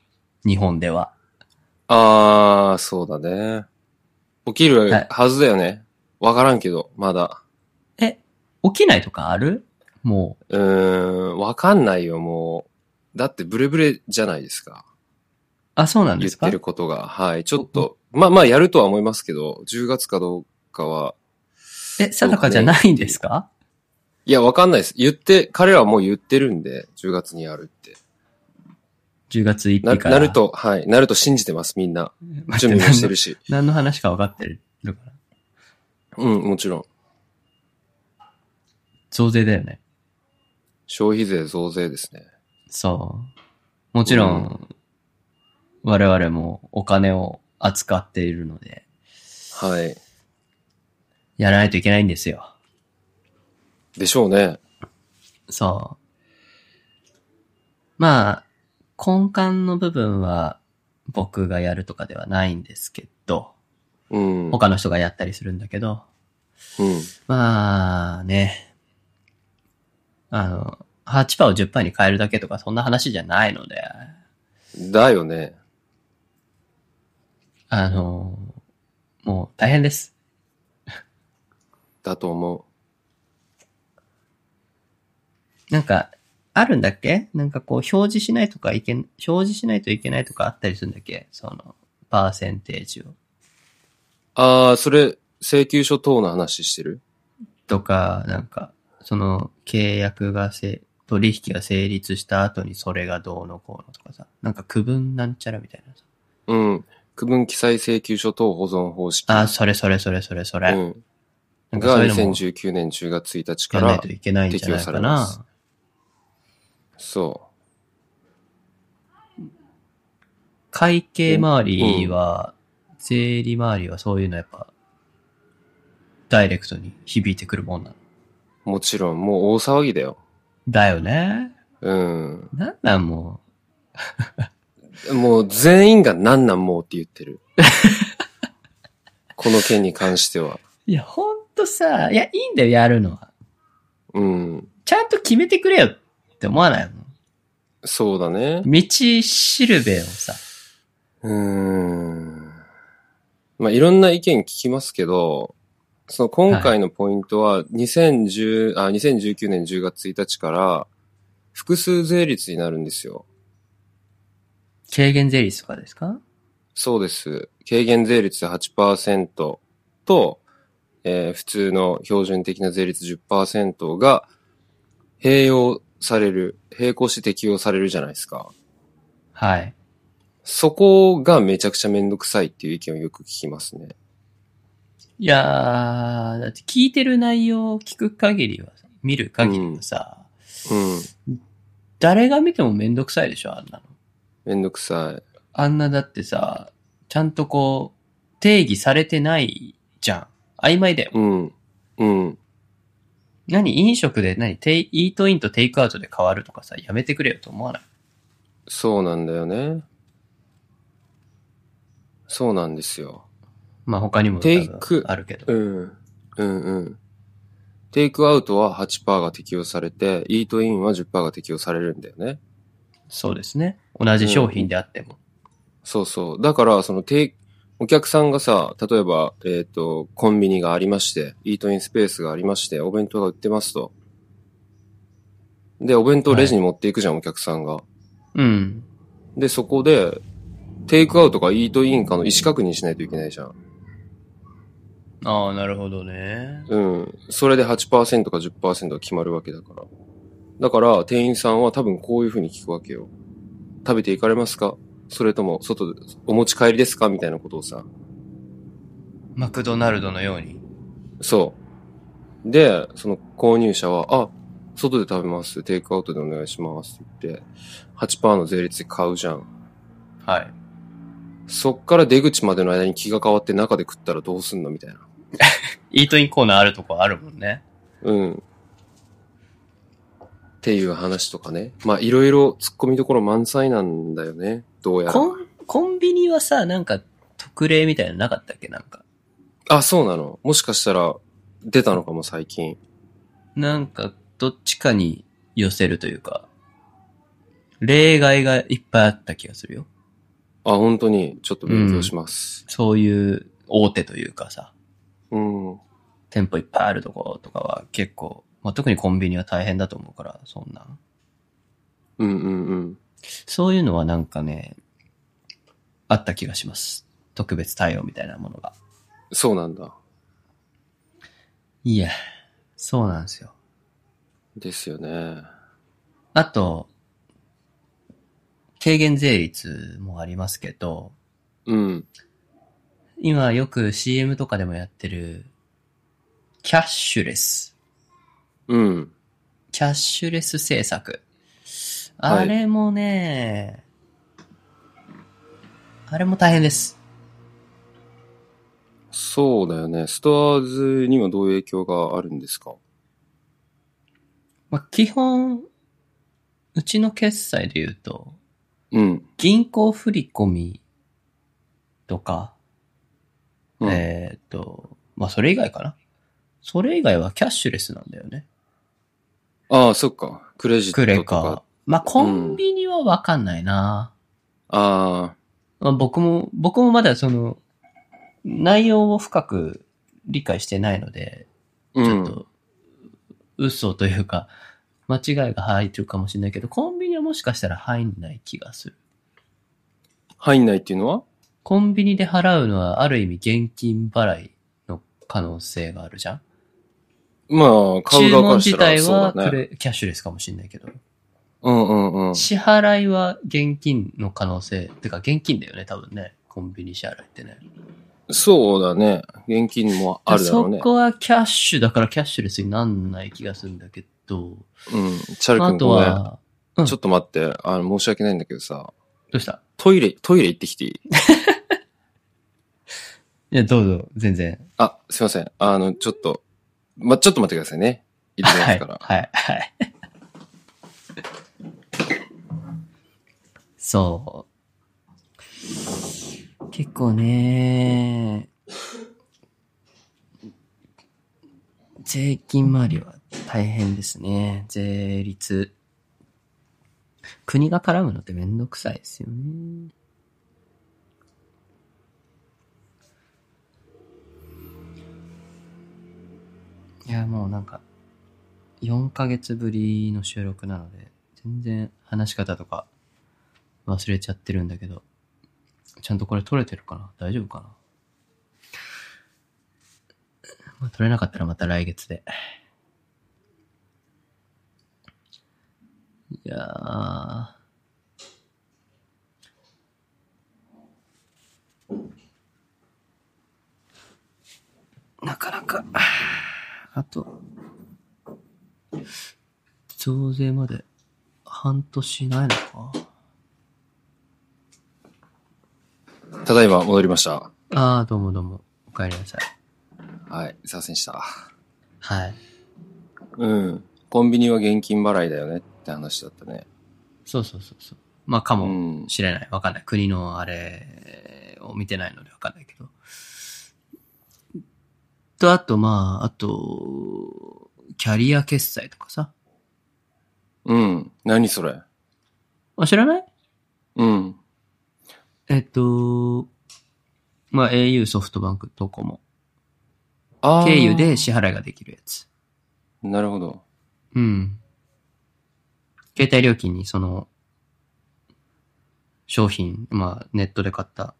[SPEAKER 1] 日本では。
[SPEAKER 2] あー、そうだね。起きるはずだよね。わ、からんけど、まだ。
[SPEAKER 1] え、起きないとかあるもう、
[SPEAKER 2] うーん、わかんないよ、もう。だってブレブレじゃないですか。
[SPEAKER 1] あ、そうなんで
[SPEAKER 2] 言っ
[SPEAKER 1] すか
[SPEAKER 2] てることが。はい。ちょっと、まあまあやるとは思いますけど、10月かどうかは、
[SPEAKER 1] え、定かじゃないんですか
[SPEAKER 2] いや、わかんないです。言って、彼らはもう言ってるんで、10月にやるって。
[SPEAKER 1] ?10 月1
[SPEAKER 2] な
[SPEAKER 1] 日から。
[SPEAKER 2] なる。と、はい。なると信じてます、みんな。
[SPEAKER 1] 待っ
[SPEAKER 2] 準
[SPEAKER 1] て
[SPEAKER 2] 備もし
[SPEAKER 1] 何
[SPEAKER 2] て
[SPEAKER 1] の
[SPEAKER 2] るし。
[SPEAKER 1] 何の話か分かってるから。
[SPEAKER 2] うん、もちろん。
[SPEAKER 1] 増税だよね。
[SPEAKER 2] 消費税増税ですね。
[SPEAKER 1] そう。もちろん、我々もお金を扱っているので、
[SPEAKER 2] はい。
[SPEAKER 1] やらないといけないんですよ。
[SPEAKER 2] でしょうね。
[SPEAKER 1] そう。まあ、根幹の部分は僕がやるとかではないんですけど、
[SPEAKER 2] うん。
[SPEAKER 1] 他の人がやったりするんだけど、
[SPEAKER 2] うん。
[SPEAKER 1] まあね、あの、8%を10%に変えるだけとかそんな話じゃないので、
[SPEAKER 2] だよね。
[SPEAKER 1] あの、もう大変です。
[SPEAKER 2] だと思
[SPEAKER 1] なんか、あるんだっけなんかこう表示しないとかいけん、表示しないといけないとかあったりするんだっけその、パーセンテージを。
[SPEAKER 2] う。あー、それ、請求書等の話してる
[SPEAKER 1] とか、なんか、その契約がせ、取引が成立した後にそれがどうのこうのとかさ、なんか区分なんちゃらみたいなさ。
[SPEAKER 2] うん。区分記載請求書等保存方式。
[SPEAKER 1] あ、それそれそれそれそれ。
[SPEAKER 2] うん。
[SPEAKER 1] なんか
[SPEAKER 2] が
[SPEAKER 1] そういうのも
[SPEAKER 2] 2019年10月1日か
[SPEAKER 1] やらない
[SPEAKER 2] ら
[SPEAKER 1] と、いけないんじゃない
[SPEAKER 2] 適用さ
[SPEAKER 1] か
[SPEAKER 2] れま
[SPEAKER 1] な
[SPEAKER 2] す。そ
[SPEAKER 1] 会計周りは、税理周りはそういうのやっぱ、ダイレクトに響いてくるもんなの。
[SPEAKER 2] う。もちろん、もう大騒ぎだよ。
[SPEAKER 1] だよね。
[SPEAKER 2] うん。
[SPEAKER 1] なんなんも
[SPEAKER 2] もう全員がなんなんもうって言ってる。この件に関しては。
[SPEAKER 1] う。いや、ほんとさ、いや、いいんだよ、やるのは。
[SPEAKER 2] うん。
[SPEAKER 1] ちゃんと決めてくれよって思わないもん。
[SPEAKER 2] そうだね。
[SPEAKER 1] 道しるべをさ。
[SPEAKER 2] うーん。まあ、いろんな意見聞きますけど、その今回のポイントは、2010、あ、2019年10月1日から、複数税率になるんですよ。
[SPEAKER 1] 軽減税率とかですか
[SPEAKER 2] そうです。軽減税率8%と、えー普通の標準的な税率10%が併用される、並行して適用されるじゃないですか。
[SPEAKER 1] はい。
[SPEAKER 2] そこがめちゃくちゃめんどくさいっていう意見をよく聞きますね。
[SPEAKER 1] いやー、だって聞いてる内容を聞く限りは、見る限りはさ、
[SPEAKER 2] うん。
[SPEAKER 1] 誰が見てもめんどくさいでしょ、あんなの。
[SPEAKER 2] めんどくさい。
[SPEAKER 1] あんなだってさ、ちゃんとこう、定義されてないじゃん。曖昧だよ。
[SPEAKER 2] うん。うん。
[SPEAKER 1] 何飲食で何テイイートインとテイクアウトで変わるとかさ、やめてくれよと思わない。
[SPEAKER 2] そうなんだよね。そうなんですよ。
[SPEAKER 1] まあ他にも多
[SPEAKER 2] テイ
[SPEAKER 1] 分
[SPEAKER 2] ク
[SPEAKER 1] あるけど。
[SPEAKER 2] うん。うんうん。テイクアウトは8%が適用されて、イートインは10%が適用されるんだよね。
[SPEAKER 1] そうですね。同じ商品であっても。
[SPEAKER 2] そうそう。だから、その、テイお客さんがさ、例えば、えっ、と、コンビニがありまして、イートインスペースがありまして、お弁当が売ってますと。で、お弁当をレジに持っていくじゃん、お客さんが。
[SPEAKER 1] うん。
[SPEAKER 2] で、そこで、テイクアウトかイートインかの意思確認しないといけないじゃん。
[SPEAKER 1] ああ、なるほどね。
[SPEAKER 2] うん。それで8%か10%が決まるわけだから。だから、店員さんは多分こういうふうに聞くわけよ。食べていかれますかそれとも、外で、お持ち帰りですかみたいなことをさ。
[SPEAKER 1] マクドナルドのように。
[SPEAKER 2] そう。で、その購入者は、あ、外で食べます。テイクアウトでお願いします。って言って、8%の税率で買うじゃん。
[SPEAKER 1] はい。
[SPEAKER 2] そっから出口までの間に気が変わって中で食ったらどうすんのみたいな。
[SPEAKER 1] イートインコーナーあるとこあるもんね。
[SPEAKER 2] うん。っていう話とかね。まあ、いろいろ突っ込みどころ満載なんだよね。どうやら。
[SPEAKER 1] コン、コンビニはさ、なんか特例みたいなのなかったっけなんか。
[SPEAKER 2] あ、そうなの。もしかしたら、出たのかも、最近。
[SPEAKER 1] なんか、どっちかに寄せるというか、例外がいっぱいあった気がするよ。
[SPEAKER 2] あ、本当に、ちょっと勉強します。
[SPEAKER 1] そういう大手というかさ、
[SPEAKER 2] うん。
[SPEAKER 1] 店舗いっぱいあるとことかは結構、まあ、特にコンビニは大変だと思うから、そんなん。
[SPEAKER 2] うんうんうん。
[SPEAKER 1] そういうのはなんかね、あった気がします。特別対応みたいなものが。
[SPEAKER 2] そうなんだ。
[SPEAKER 1] いや、そうなんですよ。
[SPEAKER 2] ですよね。
[SPEAKER 1] あと、軽減税率もありますけど、
[SPEAKER 2] うん。
[SPEAKER 1] 今よく CM とかでもやってる、キャッシュレス。
[SPEAKER 2] うん。
[SPEAKER 1] キャッシュレス政策。
[SPEAKER 2] は
[SPEAKER 1] あ
[SPEAKER 2] い
[SPEAKER 1] れもね、あれも大変です。
[SPEAKER 2] そうだよね。ストアーズにはどういう影響があるんですか
[SPEAKER 1] まあ、基本、うちの決済で言うと、
[SPEAKER 2] うん。
[SPEAKER 1] 銀行振り込みとか、
[SPEAKER 2] うん
[SPEAKER 1] えっ、と、まあ、それ以外かな。それ以外はキャッシュレスなんだよね。
[SPEAKER 2] ああ、そっか。クレジッ
[SPEAKER 1] ク
[SPEAKER 2] ト
[SPEAKER 1] レ
[SPEAKER 2] とか。
[SPEAKER 1] カ。まあ、コンビニはわかんないな。
[SPEAKER 2] ああ、
[SPEAKER 1] まあ、僕も、僕もまだその、内容を深く理解してないので、
[SPEAKER 2] う
[SPEAKER 1] ちょっ
[SPEAKER 2] ん。
[SPEAKER 1] と、嘘というか、間違いが入ってるかもしれないけど、コンビニはもしかしたら入んない気がする。
[SPEAKER 2] 入んないっていうのは
[SPEAKER 1] コンビニで払うのはある意味現金払いの可能性があるじゃん
[SPEAKER 2] まあ、買う
[SPEAKER 1] 注
[SPEAKER 2] 側か
[SPEAKER 1] 文
[SPEAKER 2] らし
[SPEAKER 1] 自
[SPEAKER 2] たら
[SPEAKER 1] 体
[SPEAKER 2] そう
[SPEAKER 1] は
[SPEAKER 2] だ
[SPEAKER 1] ク
[SPEAKER 2] ね。
[SPEAKER 1] レ、キャッシュレスかもしれないけど、
[SPEAKER 2] うんうんうん。
[SPEAKER 1] 支払いは現金の可能性、てか現金だよね、多分ね。コンビニ支払いってね。
[SPEAKER 2] そうだね。現金もあるだろうね
[SPEAKER 1] そ。こはキャッシュだからキャッシュレスになんない気がするんだけど、
[SPEAKER 2] うん。チャル
[SPEAKER 1] あ
[SPEAKER 2] 君
[SPEAKER 1] と
[SPEAKER 2] ごめん。
[SPEAKER 1] は、うん
[SPEAKER 2] ちょっと待って。あの、申し訳ないんだけどさ。
[SPEAKER 1] どうした
[SPEAKER 2] トイレ、トイレ行ってきていい
[SPEAKER 1] いや、どうぞ、全然。
[SPEAKER 2] あ、すいません。あの、ちょっと、ま、ちょっと待ってくださいね。行ってきま
[SPEAKER 1] は
[SPEAKER 2] す
[SPEAKER 1] い、
[SPEAKER 2] から。
[SPEAKER 1] はい、はい。そう。結構ね、税金回りは大変ですね。税率。国が絡むのってめんどくさいですよね。いや、もうなんか、4ヶ月ぶりの収録なので、全然話し方とか忘れちゃってるんだけど、ちゃんとこれ撮れてるかな大丈夫かな、まあ、撮れなかったらまた来月で。いやー。なかなか、あと、増税まで半年ないのか
[SPEAKER 2] ただいま戻りました。
[SPEAKER 1] ああ、どうもどうも。お帰りなさい。
[SPEAKER 2] はい、すいませんでした。
[SPEAKER 1] はい。
[SPEAKER 2] うん。コンビニは現金払いだよねって話だったね。
[SPEAKER 1] そうそうそうそう。まあ、か
[SPEAKER 2] う
[SPEAKER 1] も
[SPEAKER 2] ん。
[SPEAKER 1] しれない。わかんない。国のあれを見てないのでわかんないけど。と、あと、まあ、あと、キャリア決済とかさ。
[SPEAKER 2] うん。何それ
[SPEAKER 1] あ、知らない
[SPEAKER 2] うん。
[SPEAKER 1] えっと、まあ、au ソフトバンクドコモ。
[SPEAKER 2] あー
[SPEAKER 1] 経由。で支払いができるやつ。
[SPEAKER 2] なるほど。
[SPEAKER 1] うん。携帯料金にその、商品、まあ、ネットで買った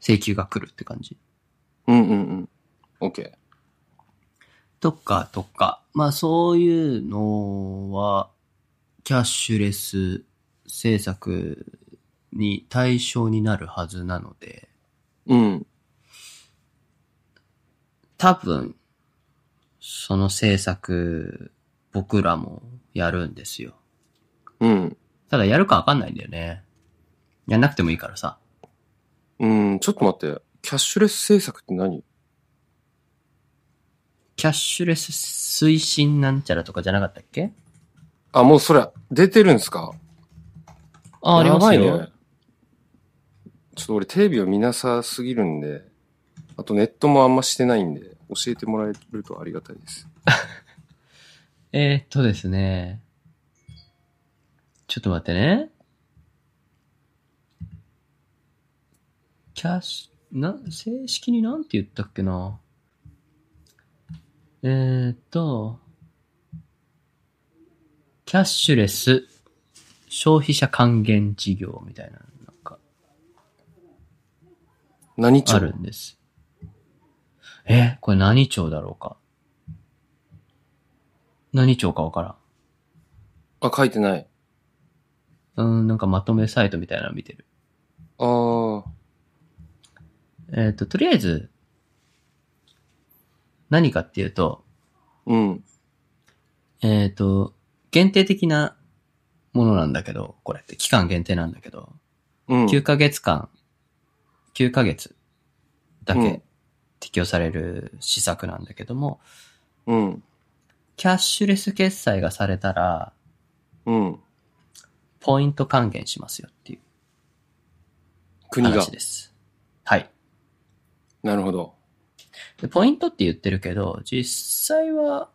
[SPEAKER 1] 請求が来るって感じ。
[SPEAKER 2] うんうんうん。オッケ
[SPEAKER 1] とか、とか。まあ、そういうのは、キャッシュレス政策に対象になるはずなので、
[SPEAKER 2] ー。うん。
[SPEAKER 1] 多分、その政策、僕らもやるんですよ。
[SPEAKER 2] うん。
[SPEAKER 1] ただ、やるかわかんないんだよね。やんなくてもいいからさ。
[SPEAKER 2] うん。ちょっと待って。キャッシュレス政策って何
[SPEAKER 1] キャッシュレス推進なんちゃらとかじゃなかったっけ
[SPEAKER 2] あ、もうそれ、出てるんすか
[SPEAKER 1] あ、あります
[SPEAKER 2] やばい
[SPEAKER 1] よ
[SPEAKER 2] ね。。ちょっと俺テレビを見なさすぎるんで、あとネットもあんましてないんで、教えてもらえるとありがたいです。
[SPEAKER 1] えー、っとですね。ちょっと待ってね。キャッシュ、な、正式になんて言ったっけな。えー、っと、キャッシュレス消費者還元事業みたいな、なんか、
[SPEAKER 2] 何ち
[SPEAKER 1] あるんです。え、これ何町だろうか。何町かわか
[SPEAKER 2] あ、書いてない。
[SPEAKER 1] らん。うん、なんかまとめサイトみたいなの見てる。
[SPEAKER 2] あー。
[SPEAKER 1] えっ、と、とりあえず、何かっていうと、
[SPEAKER 2] うん。
[SPEAKER 1] えっ、と、限定的なものなんだけど、これって期間限定なんだけど、
[SPEAKER 2] うん。
[SPEAKER 1] 9ヶ月間、9ヶ月だ
[SPEAKER 2] うん
[SPEAKER 1] け適用される施策なんだけども、
[SPEAKER 2] うん。
[SPEAKER 1] キャッシュレス決済がされたら、
[SPEAKER 2] うん。
[SPEAKER 1] ポイント還元しますよっていう
[SPEAKER 2] 国が
[SPEAKER 1] 話。です。はい。
[SPEAKER 2] なるほど。
[SPEAKER 1] で、ポイントって言ってるけど、実際は、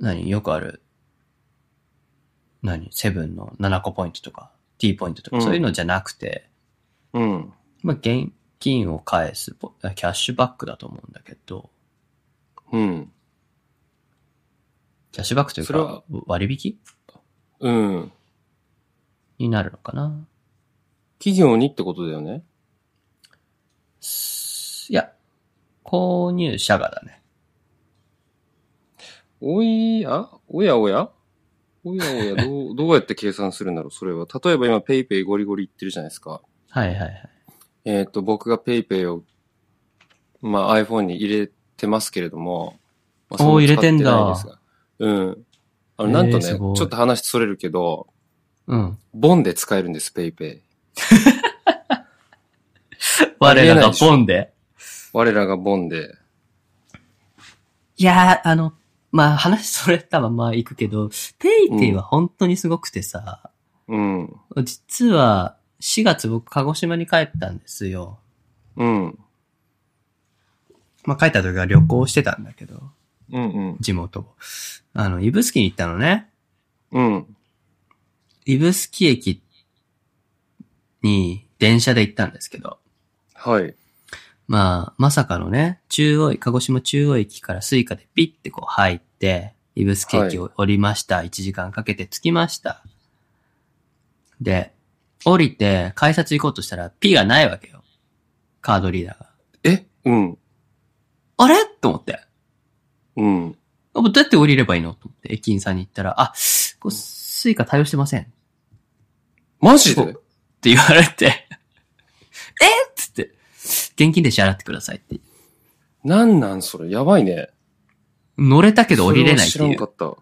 [SPEAKER 1] 何よくある、何セブンの7個ポイントとか、T ポイントとか、
[SPEAKER 2] うん
[SPEAKER 1] そういうのじゃなくて、
[SPEAKER 2] うん。
[SPEAKER 1] まあ、現金を返すポ、あキャッシュバックだと思うんだけど、
[SPEAKER 2] うん。
[SPEAKER 1] キャッシュバックという
[SPEAKER 2] それは
[SPEAKER 1] か、割引
[SPEAKER 2] うん。
[SPEAKER 1] になるのかな
[SPEAKER 2] 企業にってことだよね。
[SPEAKER 1] すいや、購入者がだね。
[SPEAKER 2] おい、あ、おやおやおやおや、 どう、どうやって計算するんだろう、それは。例えば今、ペイペイゴリゴリ言ってるじゃないですか。
[SPEAKER 1] はいはいはい。
[SPEAKER 2] えっ、と、僕が PayPay ペイペイを、まあ、iPhone に入れてますけれども、まあ
[SPEAKER 1] おー
[SPEAKER 2] そな使
[SPEAKER 1] 入れ
[SPEAKER 2] っ
[SPEAKER 1] てんだ
[SPEAKER 2] ないですがうん。あの、
[SPEAKER 1] えー
[SPEAKER 2] なんとね、ち
[SPEAKER 1] す
[SPEAKER 2] ょ
[SPEAKER 1] ご
[SPEAKER 2] っ
[SPEAKER 1] い
[SPEAKER 2] と話それるけど、
[SPEAKER 1] うん。
[SPEAKER 2] ボンで使えるんです、ペイペイ。
[SPEAKER 1] 我らがボンで。
[SPEAKER 2] 我らがボンで。
[SPEAKER 1] いやー、あの、まあ、話それたまま行くけど、ペイペイは本当にすごくてさ、
[SPEAKER 2] うん。
[SPEAKER 1] 実は4月僕鹿児島に帰ったんですよ。
[SPEAKER 2] うん。
[SPEAKER 1] まあ、帰った時は旅行してたんだけど、
[SPEAKER 2] うんうん。
[SPEAKER 1] 地元を。あの、指宿に行ったのね。
[SPEAKER 2] うん。
[SPEAKER 1] 指宿駅に電車で行ったんですけど、
[SPEAKER 2] はい。
[SPEAKER 1] まあ、まさかのね、中央、鹿児島中央駅からスイカでピッてこう入って、指宿駅を降りました。1時間かけて着きました。で、降りて改札行こうとしたら P がないわけよ。カードリーダーが。
[SPEAKER 2] えうん。
[SPEAKER 1] あれと思って。
[SPEAKER 2] うん。
[SPEAKER 1] あどうやって降りればいいのと思って駅員さんに言ったら、あ、こうスイカ対応してません。っ
[SPEAKER 2] マジで
[SPEAKER 1] そうて言われて、えっつって、現金で支払ってくださいって。
[SPEAKER 2] なんなんそれやばいね。
[SPEAKER 1] 乗れたけど降りれないっ
[SPEAKER 2] そ
[SPEAKER 1] て
[SPEAKER 2] れは知
[SPEAKER 1] い
[SPEAKER 2] ら
[SPEAKER 1] う
[SPEAKER 2] んか。っ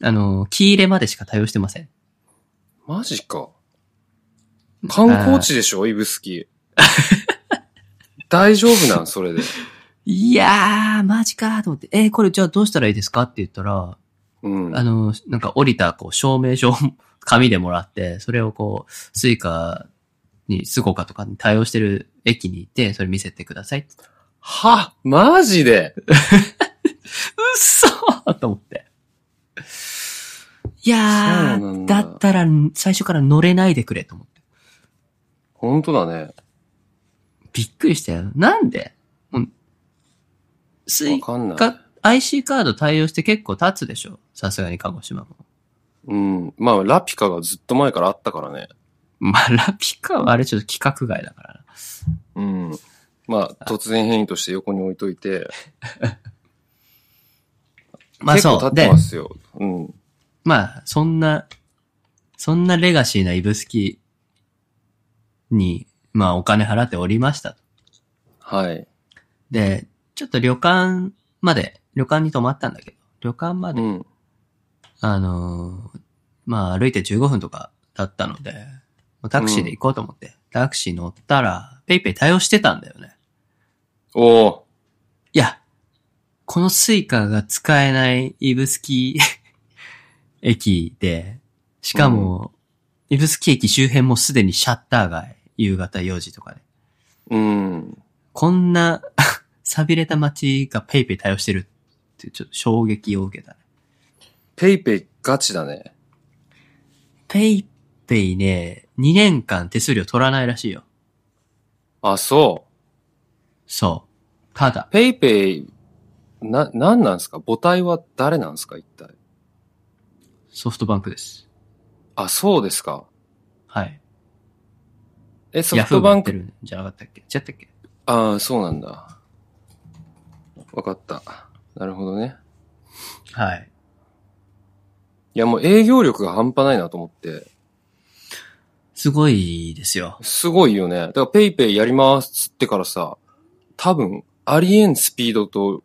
[SPEAKER 2] た。
[SPEAKER 1] あの、木入れまでしか対応してません。
[SPEAKER 2] マジか。観光地でしょ指宿。 大丈夫なんそれで。
[SPEAKER 1] いやー、マジかーと思って、えーこれじゃあどうしたらいいですかって言ったら、
[SPEAKER 2] うん。
[SPEAKER 1] あの、なんか降りた、こう、証明書を紙でもらって、それをこう、スイカに、スゴカとかに対応してる駅に行って、それ見せてくださいって。う
[SPEAKER 2] はマジで
[SPEAKER 1] っそーと思って。いや
[SPEAKER 2] そうなん
[SPEAKER 1] ー、
[SPEAKER 2] だ
[SPEAKER 1] だったら、最初から乗れないでくれと思って。
[SPEAKER 2] 本当だね。
[SPEAKER 1] びっくりしたよ。なんでもうスイ
[SPEAKER 2] わかんない。
[SPEAKER 1] カ、IC カード対応して結構経つでしょさすがに鹿児島も。
[SPEAKER 2] うん。まあ、ラピカがずっと前からあったからね。
[SPEAKER 1] まあ、ラピカはあれちょっと規格外だからな。
[SPEAKER 2] うん。まあ、突然変異として横に置いといて。
[SPEAKER 1] まあ
[SPEAKER 2] 結
[SPEAKER 1] そ
[SPEAKER 2] 構
[SPEAKER 1] う。
[SPEAKER 2] 経っ
[SPEAKER 1] で
[SPEAKER 2] てま、すよ。うん。
[SPEAKER 1] まあ、そんな、そんなレガシーなイブスキに、まあお金払っておりましたと。
[SPEAKER 2] はい。
[SPEAKER 1] で、ちょっと旅館まで、旅館に泊まったんだけど、旅館ま
[SPEAKER 2] う
[SPEAKER 1] で、
[SPEAKER 2] ん。
[SPEAKER 1] あのーまあ歩いて15分とか経ったので、もうタクシーで行こうと思って、タクシー乗ったら、ペイペイ対応してたんだよね。
[SPEAKER 2] おー
[SPEAKER 1] いや、このスイカが使えないイブスキ 駅で、しかも、イブスキ駅周辺もすでにシャッターが夕方4時とかで。
[SPEAKER 2] うん。
[SPEAKER 1] こんな 寂れた街がペイペイ対応してるってちょっと衝撃を受けたね。
[SPEAKER 2] ペイペイガチだね。
[SPEAKER 1] ペイペイね、2年間手数料取らないらしいよ。
[SPEAKER 2] あ、そ
[SPEAKER 1] そう。ただ
[SPEAKER 2] う。、ペイペイ、な、なんなんですか母体は誰なんですか一体。
[SPEAKER 1] ソフトバンクです。
[SPEAKER 2] あ、そうですか。
[SPEAKER 1] はい。
[SPEAKER 2] え、ソ
[SPEAKER 1] ヤ
[SPEAKER 2] フ
[SPEAKER 1] フー
[SPEAKER 2] ト
[SPEAKER 1] が
[SPEAKER 2] バ
[SPEAKER 1] や
[SPEAKER 2] ン
[SPEAKER 1] って
[SPEAKER 2] ク。
[SPEAKER 1] るんじゃなかったっけ違ったっけ
[SPEAKER 2] ああ、そうなんだ。わかった。なるほどね。
[SPEAKER 1] はい。
[SPEAKER 2] いや、もう営業力が半端ないなと思って。
[SPEAKER 1] すごいですよ。
[SPEAKER 2] すごいよね。だからペイペイやりますっつってからさ、多分、ありえんスピードと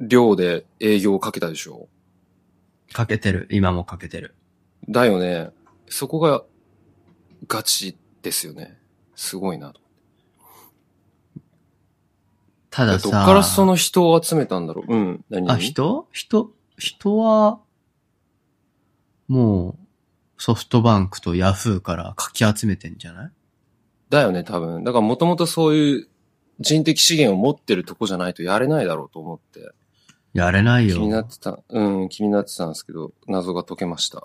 [SPEAKER 2] 量で営業をかけたでしょ
[SPEAKER 1] かけてる。今もかけてる。
[SPEAKER 2] だよね。そこが、ガチですよね。すごいなと。
[SPEAKER 1] たださ、
[SPEAKER 2] どっからその人を集めたんだろううん。何
[SPEAKER 1] あ、人人人は、もう、ソフトバンクとヤフーからかき集めてんじゃない
[SPEAKER 2] だよね、多分。だからもともとそういう人的資源を持ってるとこじゃないとやれないだろうと思って。
[SPEAKER 1] やれない
[SPEAKER 2] 気
[SPEAKER 1] よ。
[SPEAKER 2] になってた、うん、気になってたんですけど、謎が解けました。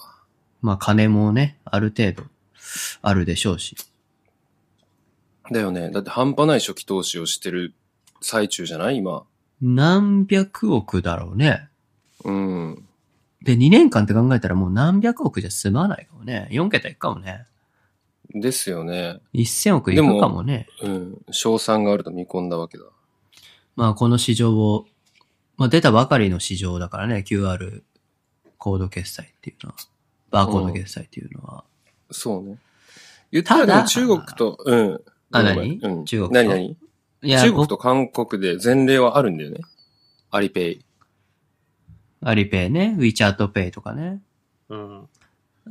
[SPEAKER 1] まあ、金もね、ある程度、あるでしょうし。
[SPEAKER 2] だよね。だって半端ない初期投資をしてる最中じゃない今。
[SPEAKER 1] 何百億だろうね。
[SPEAKER 2] うん。
[SPEAKER 1] で、2年間って考えたらもう何百億じゃ済まないかもね。4桁いくかもね。
[SPEAKER 2] ですよね。
[SPEAKER 1] 1000億い
[SPEAKER 2] でも
[SPEAKER 1] くかもね。
[SPEAKER 2] うん。賞賛があると見込んだわけだ。
[SPEAKER 1] まあ、この市場を、まあ、出たばかりの市場だからね、QR コード決済っていうのは、バーコード決済っていうのは、
[SPEAKER 2] そうね。言ったらで
[SPEAKER 1] た
[SPEAKER 2] も
[SPEAKER 1] だ
[SPEAKER 2] 中国と、うん。
[SPEAKER 1] あ
[SPEAKER 2] ごめ
[SPEAKER 1] 何
[SPEAKER 2] んごめんうん。
[SPEAKER 1] 中国と
[SPEAKER 2] 何何
[SPEAKER 1] いや、
[SPEAKER 2] 中国
[SPEAKER 1] 僕
[SPEAKER 2] と韓国で前例はあるんだよね。アリペイ。
[SPEAKER 1] アリペイね、ウィチャートペイとかね。
[SPEAKER 2] うん。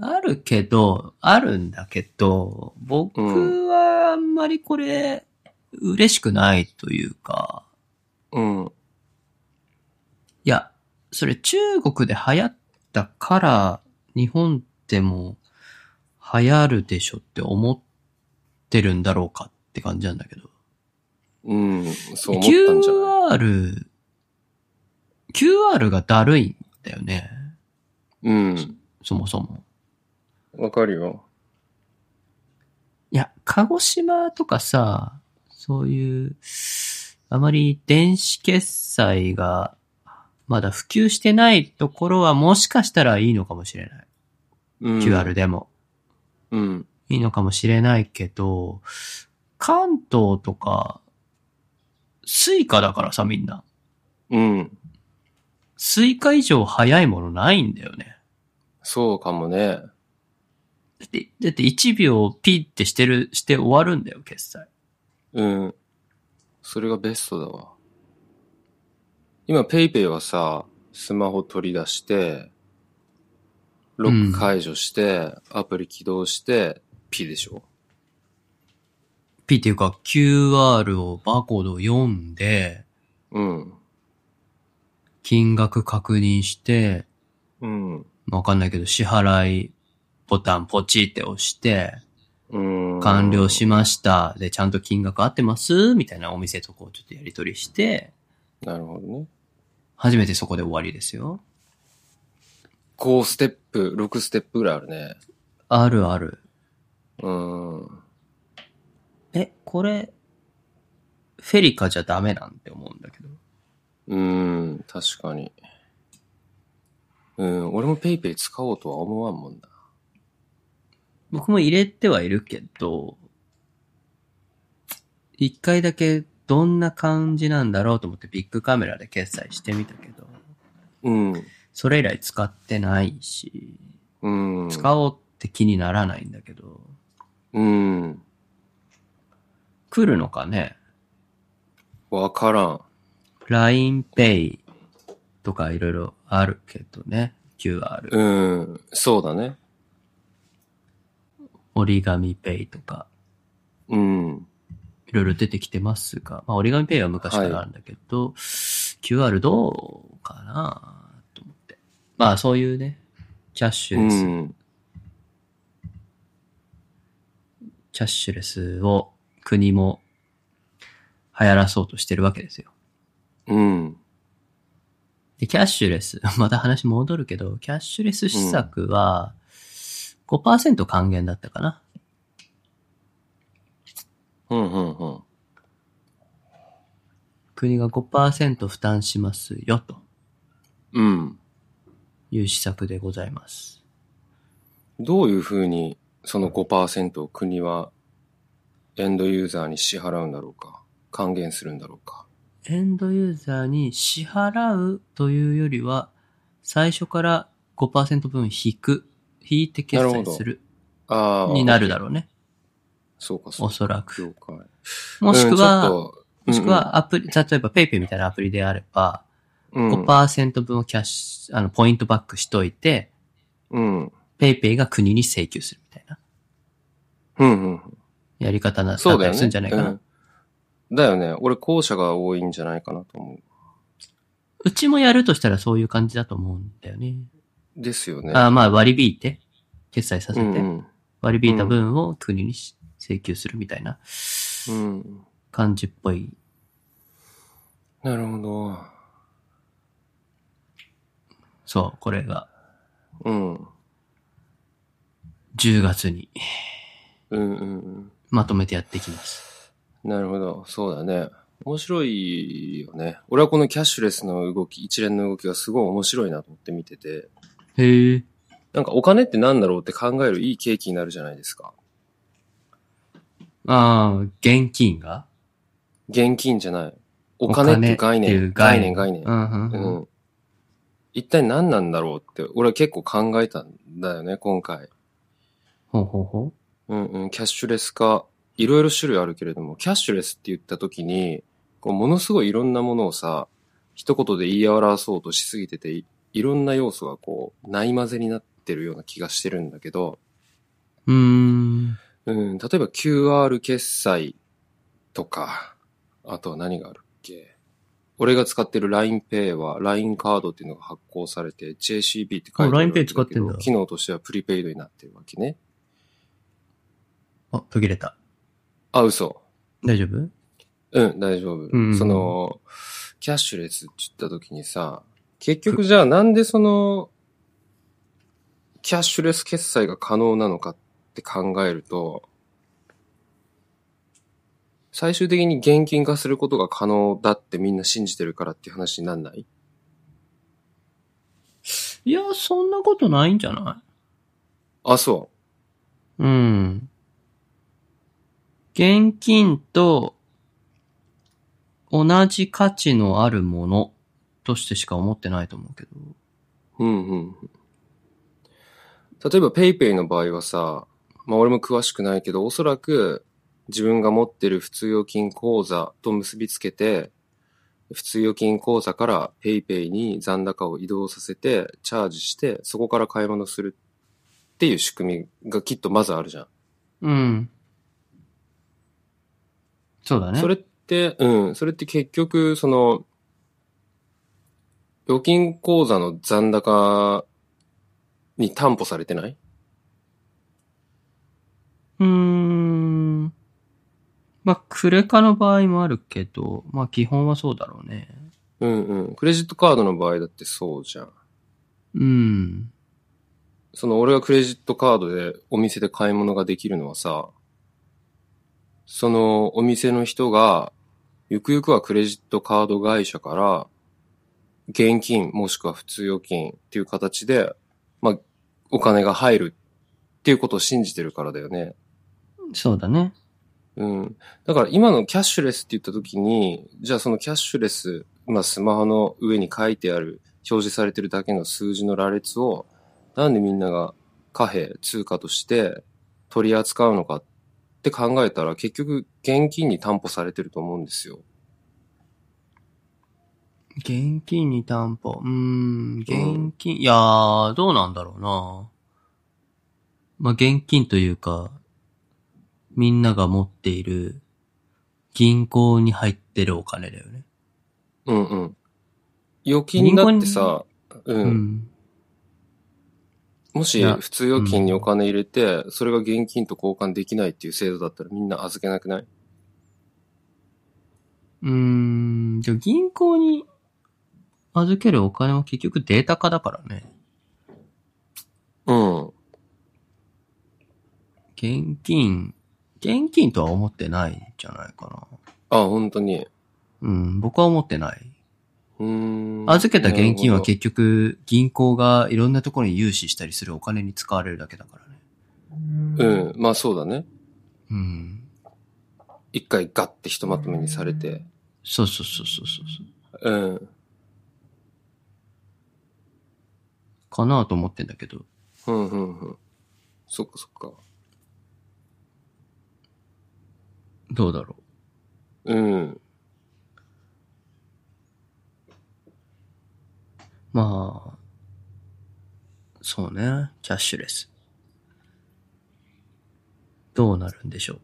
[SPEAKER 1] あるけど、あるんだけど、僕はあんまりこれ、嬉しくないというか、
[SPEAKER 2] うん。
[SPEAKER 1] いや、それ中国で流行ったから、日本でも流行るでしょって思ってるんだろうかって感じなんだけど。
[SPEAKER 2] うん。そう思ったんじゃない
[SPEAKER 1] QR、QR がだるいんだよね。
[SPEAKER 2] うん。
[SPEAKER 1] そもそも。
[SPEAKER 2] わかるよ。
[SPEAKER 1] いや、鹿児島とかさ、そういう、あまり電子決済がまだ普及してないところはもしかしたらいいのかもしれない。
[SPEAKER 2] うん。
[SPEAKER 1] QR でも。
[SPEAKER 2] うん。
[SPEAKER 1] いいのかもしれないけど、関東とか、スイカだからさ、みんな。
[SPEAKER 2] うん。
[SPEAKER 1] スイカ以上早いものないんだよね。
[SPEAKER 2] そうかもね。
[SPEAKER 1] だって、だって1秒ピッてしてる、して終わるんだよ、決済。
[SPEAKER 2] うん。それがベストだわ。今、ペイペイはさ、スマホ取り出して、ロック解除して、アプリ起動して、P でしょ
[SPEAKER 1] P っていうか QR をバーコードを読んで、
[SPEAKER 2] うん。
[SPEAKER 1] 金額確認して、
[SPEAKER 2] うん。
[SPEAKER 1] まあわかんないけど支払いボタンポチって押して、
[SPEAKER 2] うん。
[SPEAKER 1] 完了しました。で、ちゃんと金額合ってますみたいなお店とこうちょっとやり取りして、
[SPEAKER 2] なるほどね。
[SPEAKER 1] 初めてそこで終わりですよ。
[SPEAKER 2] 5ステップ、6ステップぐらいあるね。
[SPEAKER 1] あるある。
[SPEAKER 2] うん。
[SPEAKER 1] え、これ、フェリカじゃダメなんて思うんだけど。
[SPEAKER 2] うん、確かに。うん、俺も PayPay 使おうとは思わんもんな。
[SPEAKER 1] 僕も入れてはいるけど、一回だけどんな感じなんだろうと思ってビッグカメラで決済してみたけど、
[SPEAKER 2] うん。
[SPEAKER 1] それ以来使ってないし、
[SPEAKER 2] うん。
[SPEAKER 1] 使おうって気にならないんだけど、
[SPEAKER 2] うん。
[SPEAKER 1] 来るのかね
[SPEAKER 2] わからん。
[SPEAKER 1] ?LINEPay とかいろいろあるけどね。QR、
[SPEAKER 2] うん。そうだね。
[SPEAKER 1] 折り紙 Pay とか、
[SPEAKER 2] うん。
[SPEAKER 1] いろいろ出てきてますが、まあ、折り紙ペイは昔からあるんだけど、QR どうかなと思って。まあ、そういうね、キャッシュ
[SPEAKER 2] う
[SPEAKER 1] レス、
[SPEAKER 2] ん。
[SPEAKER 1] キャッシュレスを国も流行らそうとしてるわけですよ。
[SPEAKER 2] うん。
[SPEAKER 1] で、キャッシュレス、 また話戻るけど、キャッシュレス施策は5%還元だったかな。
[SPEAKER 2] うん、うん、うん。
[SPEAKER 1] 国が5%負担しますよ、と
[SPEAKER 2] うん。
[SPEAKER 1] いう施策でございます。
[SPEAKER 2] どういうふうにその5%を国はエンドユーザーに支払うんだろうか還元するんだろうか
[SPEAKER 1] エンドユーザーに支払うというよりは、最初から5%分引く、引いて決済する、
[SPEAKER 2] ああ。
[SPEAKER 1] になるだろうね。
[SPEAKER 2] そうか、そう
[SPEAKER 1] お
[SPEAKER 2] か。
[SPEAKER 1] そらく。
[SPEAKER 2] 了解。
[SPEAKER 1] もしく
[SPEAKER 2] うんち
[SPEAKER 1] は、
[SPEAKER 2] ょっと
[SPEAKER 1] もしく、はアプリ、例えば PayPay みたいなアプリであれば、
[SPEAKER 2] うんうん、
[SPEAKER 1] 5%分をキャッシュ、あの、ポイントバックしといて、
[SPEAKER 2] うん。
[SPEAKER 1] PayPay が国に請求するみたいな
[SPEAKER 2] うん、うん。
[SPEAKER 1] やり方な、
[SPEAKER 2] そうだ
[SPEAKER 1] だったり
[SPEAKER 2] よね。
[SPEAKER 1] するんじゃないかな。う
[SPEAKER 2] うんだよね。俺、後者が多いんじゃないかなと思
[SPEAKER 1] ちもやるとしたらそういう感じだと思うんだよね。
[SPEAKER 2] う。ですよね。
[SPEAKER 1] あまあ、割り引いて、決済させ
[SPEAKER 2] う
[SPEAKER 1] て、
[SPEAKER 2] ん、うん。
[SPEAKER 1] 割り引いた分を国にし請求するみたいな
[SPEAKER 2] うん。
[SPEAKER 1] 感じっぽい
[SPEAKER 2] なるほど。
[SPEAKER 1] そう、これが
[SPEAKER 2] うん。
[SPEAKER 1] 10月に
[SPEAKER 2] うん、うん、うん。
[SPEAKER 1] まとめてやっていきます。
[SPEAKER 2] なるほど。そうだね。面白いよね。俺はこのキャッシュレスの動き、一連の動きがすごい面白いなと思って見てて、
[SPEAKER 1] へえ。
[SPEAKER 2] なんかお金って何だろうって考えるいい契機になるじゃないですか。
[SPEAKER 1] ああ、現金が
[SPEAKER 2] 現金じゃない。お金っていう概念。
[SPEAKER 1] お金っていう
[SPEAKER 2] 概念、
[SPEAKER 1] う
[SPEAKER 2] 概
[SPEAKER 1] んうん
[SPEAKER 2] 念。
[SPEAKER 1] うん。
[SPEAKER 2] うん。一体何なんだろうって、俺は結構考えたんだよね、今回。
[SPEAKER 1] ほうほうほ
[SPEAKER 2] うんうん、キャッシュレス化、いろいろ種類あるけれども、キャッシュレスって言った時に、こうものすごいいろんなものをさ、一言で言い表そうとしすぎてて、いいろんな要素がこう、ない混ぜになってるような気がしてるんだけど、
[SPEAKER 1] う。うーん。
[SPEAKER 2] うん、例えば QR 決済とか、あとは何があるっけ俺が使ってる LINEPay は LINE カードっていうのが発行されて JCB って書いてあるわけだけど。
[SPEAKER 1] あ LINE Pay 使ってんだ
[SPEAKER 2] 機能としてはプリペイドになってるわけね。
[SPEAKER 1] あ、途切れた。
[SPEAKER 2] あ、嘘。
[SPEAKER 1] 大丈夫
[SPEAKER 2] うん、大丈夫。
[SPEAKER 1] うん
[SPEAKER 2] その、キャッシュレスって言った時にさ、結局じゃあなんでその、キャッシュレス決済が可能なのかって考えると、最終的に現金化することが可能だってみんな信じてるからっていう話になんない
[SPEAKER 1] いや、そんなことないんじゃな
[SPEAKER 2] あ、そ
[SPEAKER 1] いうん。現金と同じ価値のあるものとしてしか思ってないと思うけど。
[SPEAKER 2] う。うんうん。例えば PayPay の場合はさ、まあ俺も詳しくないけど、おそらく自分が持ってる普通預金口座と結びつけて、普通預金口座から PayPay に残高を移動させて、チャージして、そこから買い物するっていう仕組みがきっとまずあるじゃん。
[SPEAKER 1] うん。そうだね。
[SPEAKER 2] それって、うん、それって結局、その、預金口座の残高に担保されてないう
[SPEAKER 1] ーん。まあ、クレカの場合もあるけど、まあ、基本はそうだろうね。
[SPEAKER 2] うんうん。クレジットカードの場合だってそうじゃん。
[SPEAKER 1] うん。
[SPEAKER 2] その俺がクレジットカードでお店で買い物ができるのはさ、そのお店の人が、ゆくゆくはクレジットカード会社から、現金もしくは普通預金っていう形で、まあ、お金が入るっていうことを信じてるからだよね。
[SPEAKER 1] そうだね。
[SPEAKER 2] うん。だから今のキャッシュレスって言った時に、じゃあそのキャッシュレス、まあスマホの上に書いてある、表示されてるだけの数字の羅列を、なんでみんなが貨幣、通貨として取り扱うのかって考えたら、結局現金に担保されてると思うんですよ。
[SPEAKER 1] 現金に担保。うーん、現金、いやー、どうなんだろうな。まあ、現金というか、みんなが持っている銀行に入ってるお金だよね。
[SPEAKER 2] うんうん。預金だってさ、
[SPEAKER 1] う
[SPEAKER 2] うん、
[SPEAKER 1] ん。
[SPEAKER 2] もし
[SPEAKER 1] いや
[SPEAKER 2] 普通預金にお金入れて、それが現金と交換できないっていう制度だったらみんな預けなくないう
[SPEAKER 1] ーん、じゃあ銀行に預けるお金も結局データ化だからね。
[SPEAKER 2] うん。
[SPEAKER 1] 現金、現金とは思ってないんじゃないか
[SPEAKER 2] あ、本当に。
[SPEAKER 1] な。うん、僕は思ってない。
[SPEAKER 2] うーん。
[SPEAKER 1] 預けた現金は
[SPEAKER 2] なる
[SPEAKER 1] 結局、銀行がいろんなところに融資したりするお金に使われるだけだからね。
[SPEAKER 2] ほどうん。まあそうだね。
[SPEAKER 1] うん。
[SPEAKER 2] 一回ガッてひとまとめにされて。
[SPEAKER 1] そうそうそうそうそう。
[SPEAKER 2] うん。
[SPEAKER 1] かなと思ってんだけど。
[SPEAKER 2] うんうんうん。そっかそっか。
[SPEAKER 1] どうだろ
[SPEAKER 2] うん。
[SPEAKER 1] う。まあ、そうね。キャッシュレス。どうなるんでしょ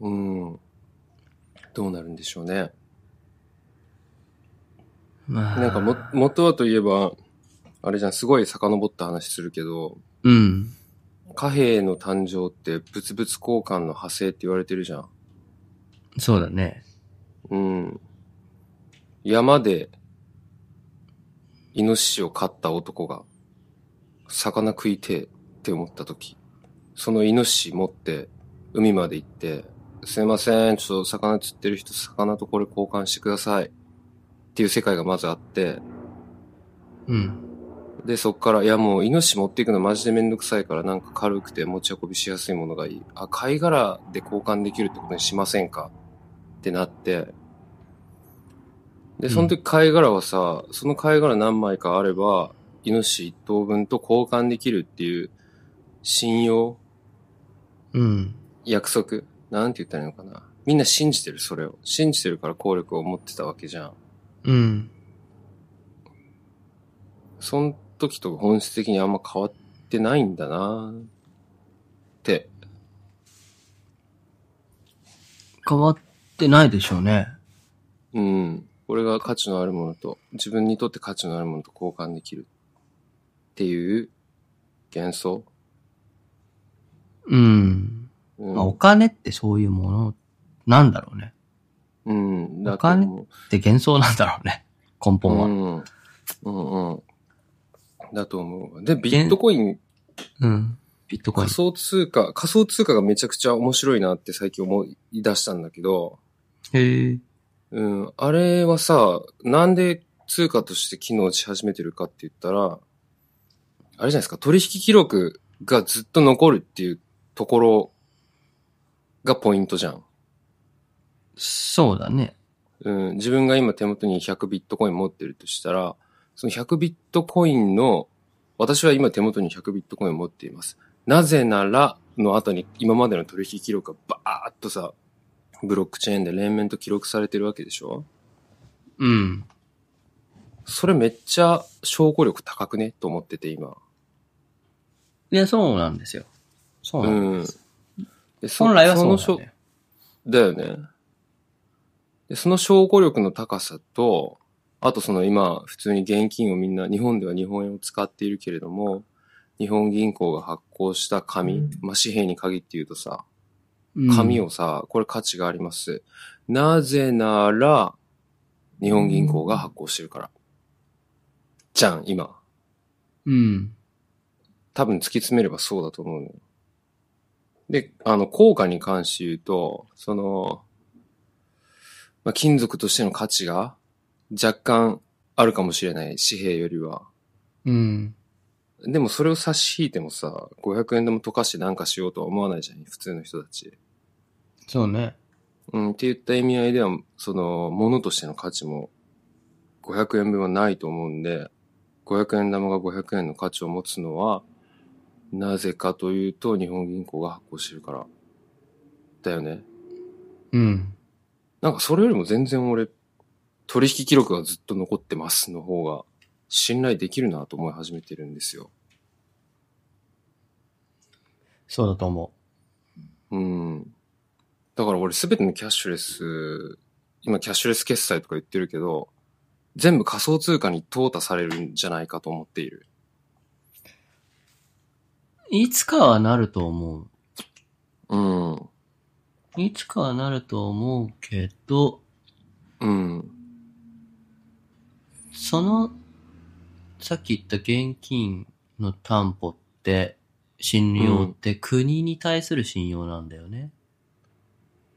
[SPEAKER 1] う。
[SPEAKER 2] うん。どうなるんでしょうね。
[SPEAKER 1] まあ、
[SPEAKER 2] なんかも、元はといえば、あれじゃん、すごい遡った話するけど、
[SPEAKER 1] うん。
[SPEAKER 2] 貨幣の誕生って物々交換の派生って言われてるじゃん。
[SPEAKER 1] そうだね。
[SPEAKER 2] うん。山で、イノシシを飼った男が、魚食いてえって思った時、そのイノシシ持って、海まで行って、すいません、ちょっと魚釣ってる人、魚とこれ交換してください。っていう世界がまずあって、
[SPEAKER 1] うん。
[SPEAKER 2] で、そっから、いやもう、イノシシ持っていくのマジでめんどくさいから、なんか軽くて持ち運びしやすいものがいい。あ、貝殻で交換できるってことにしませんかってなって。で、その時貝殻はさ、その貝殻何枚かあれば、イノシシ一頭分と交換できるっていう、信用、
[SPEAKER 1] うん。
[SPEAKER 2] 約束、なんて言ったらいいのかな。みんな信じてる、それを。信じてるから効力を持ってたわけじゃん。
[SPEAKER 1] うん。
[SPEAKER 2] その時と本質的にあんま変わってないんだなって
[SPEAKER 1] 変わってないでしょうね。
[SPEAKER 2] うん。これが価値のあるものと、自分にとって価値のあるものと交換できるっていう幻想。
[SPEAKER 1] うん。
[SPEAKER 2] うん。
[SPEAKER 1] まあ、お金ってそういうものなんだろうね。
[SPEAKER 2] うん。だ
[SPEAKER 1] お金
[SPEAKER 2] と思う
[SPEAKER 1] って幻想なんだろうね。根本は。
[SPEAKER 2] うん。うんうん。だと思う。で、ビットコイン、
[SPEAKER 1] うん。ビットコイン
[SPEAKER 2] 仮。想通貨、仮想通貨がめちゃくちゃ面白いなって最近思い出したんだけど、
[SPEAKER 1] へえ。
[SPEAKER 2] うん。あれはさ、なんで通貨として機能し始めてるかって言ったら、あれじゃないですか、取引記録がずっと残るっていうところがポイントじゃん。
[SPEAKER 1] そうだね。
[SPEAKER 2] うん。自分が今手元に100ビットコイン持ってるとしたら、その100ビットコインの、私は今手元に100ビットコインを持っています。なぜならの後に今までの取引記録がバーっとさ、ブロックチェーンで連綿と記録されてるわけでしょ
[SPEAKER 1] うん。
[SPEAKER 2] それめっちゃ証拠力高くねと思ってて今。
[SPEAKER 1] いや、そうなんですよ。そう
[SPEAKER 2] う
[SPEAKER 1] なんです。
[SPEAKER 2] ん。でそ
[SPEAKER 1] 本来はそうなんだ
[SPEAKER 2] その
[SPEAKER 1] よ
[SPEAKER 2] しょ
[SPEAKER 1] ね。
[SPEAKER 2] だよね。で、その証拠力の高さと、あとその今、普通に現金をみんな、日本では日本円を使っているけれども、日本銀行が発行した紙、
[SPEAKER 1] うん
[SPEAKER 2] まあ紙幣に限って言うとさ、
[SPEAKER 1] うん
[SPEAKER 2] 紙をさ、これ価値があります。なぜなら、日本銀行が発行してるから。じゃん、今。
[SPEAKER 1] うん。
[SPEAKER 2] 多分突き詰めればそうだと思うのよ。で、あの、効果に関して言うと、その、まあ、金属としての価値が若干あるかもしれない、紙幣よりは。
[SPEAKER 1] うん。
[SPEAKER 2] でもそれを差し引いてもさ、500円でも溶かしてなんかしようとは思わないじゃん、普通の人たち。
[SPEAKER 1] そうね。
[SPEAKER 2] うん、って言った意味合いでは、その、物としての価値も、500円分はないと思うんで、500円玉が500円の価値を持つのは、なぜかというと、日本銀行が発行してるから。だよね。
[SPEAKER 1] うん。
[SPEAKER 2] なんかそれよりも全然俺、取引記録がずっと残ってますの方が、信頼できるなと思い始めてるんですよ。
[SPEAKER 1] そうだと思
[SPEAKER 2] うん。だから俺すべてのキャッシュレス、今キャッシュレス決済とか言ってるけど、全部仮想通貨に淘汰されるんじゃないかと思っている。
[SPEAKER 1] う。いつかはなると思う。
[SPEAKER 2] うん。
[SPEAKER 1] いつかはなると思うけど、
[SPEAKER 2] うん。
[SPEAKER 1] その、さっき言った現金の担保って、信用って国に対する信用なんだよね。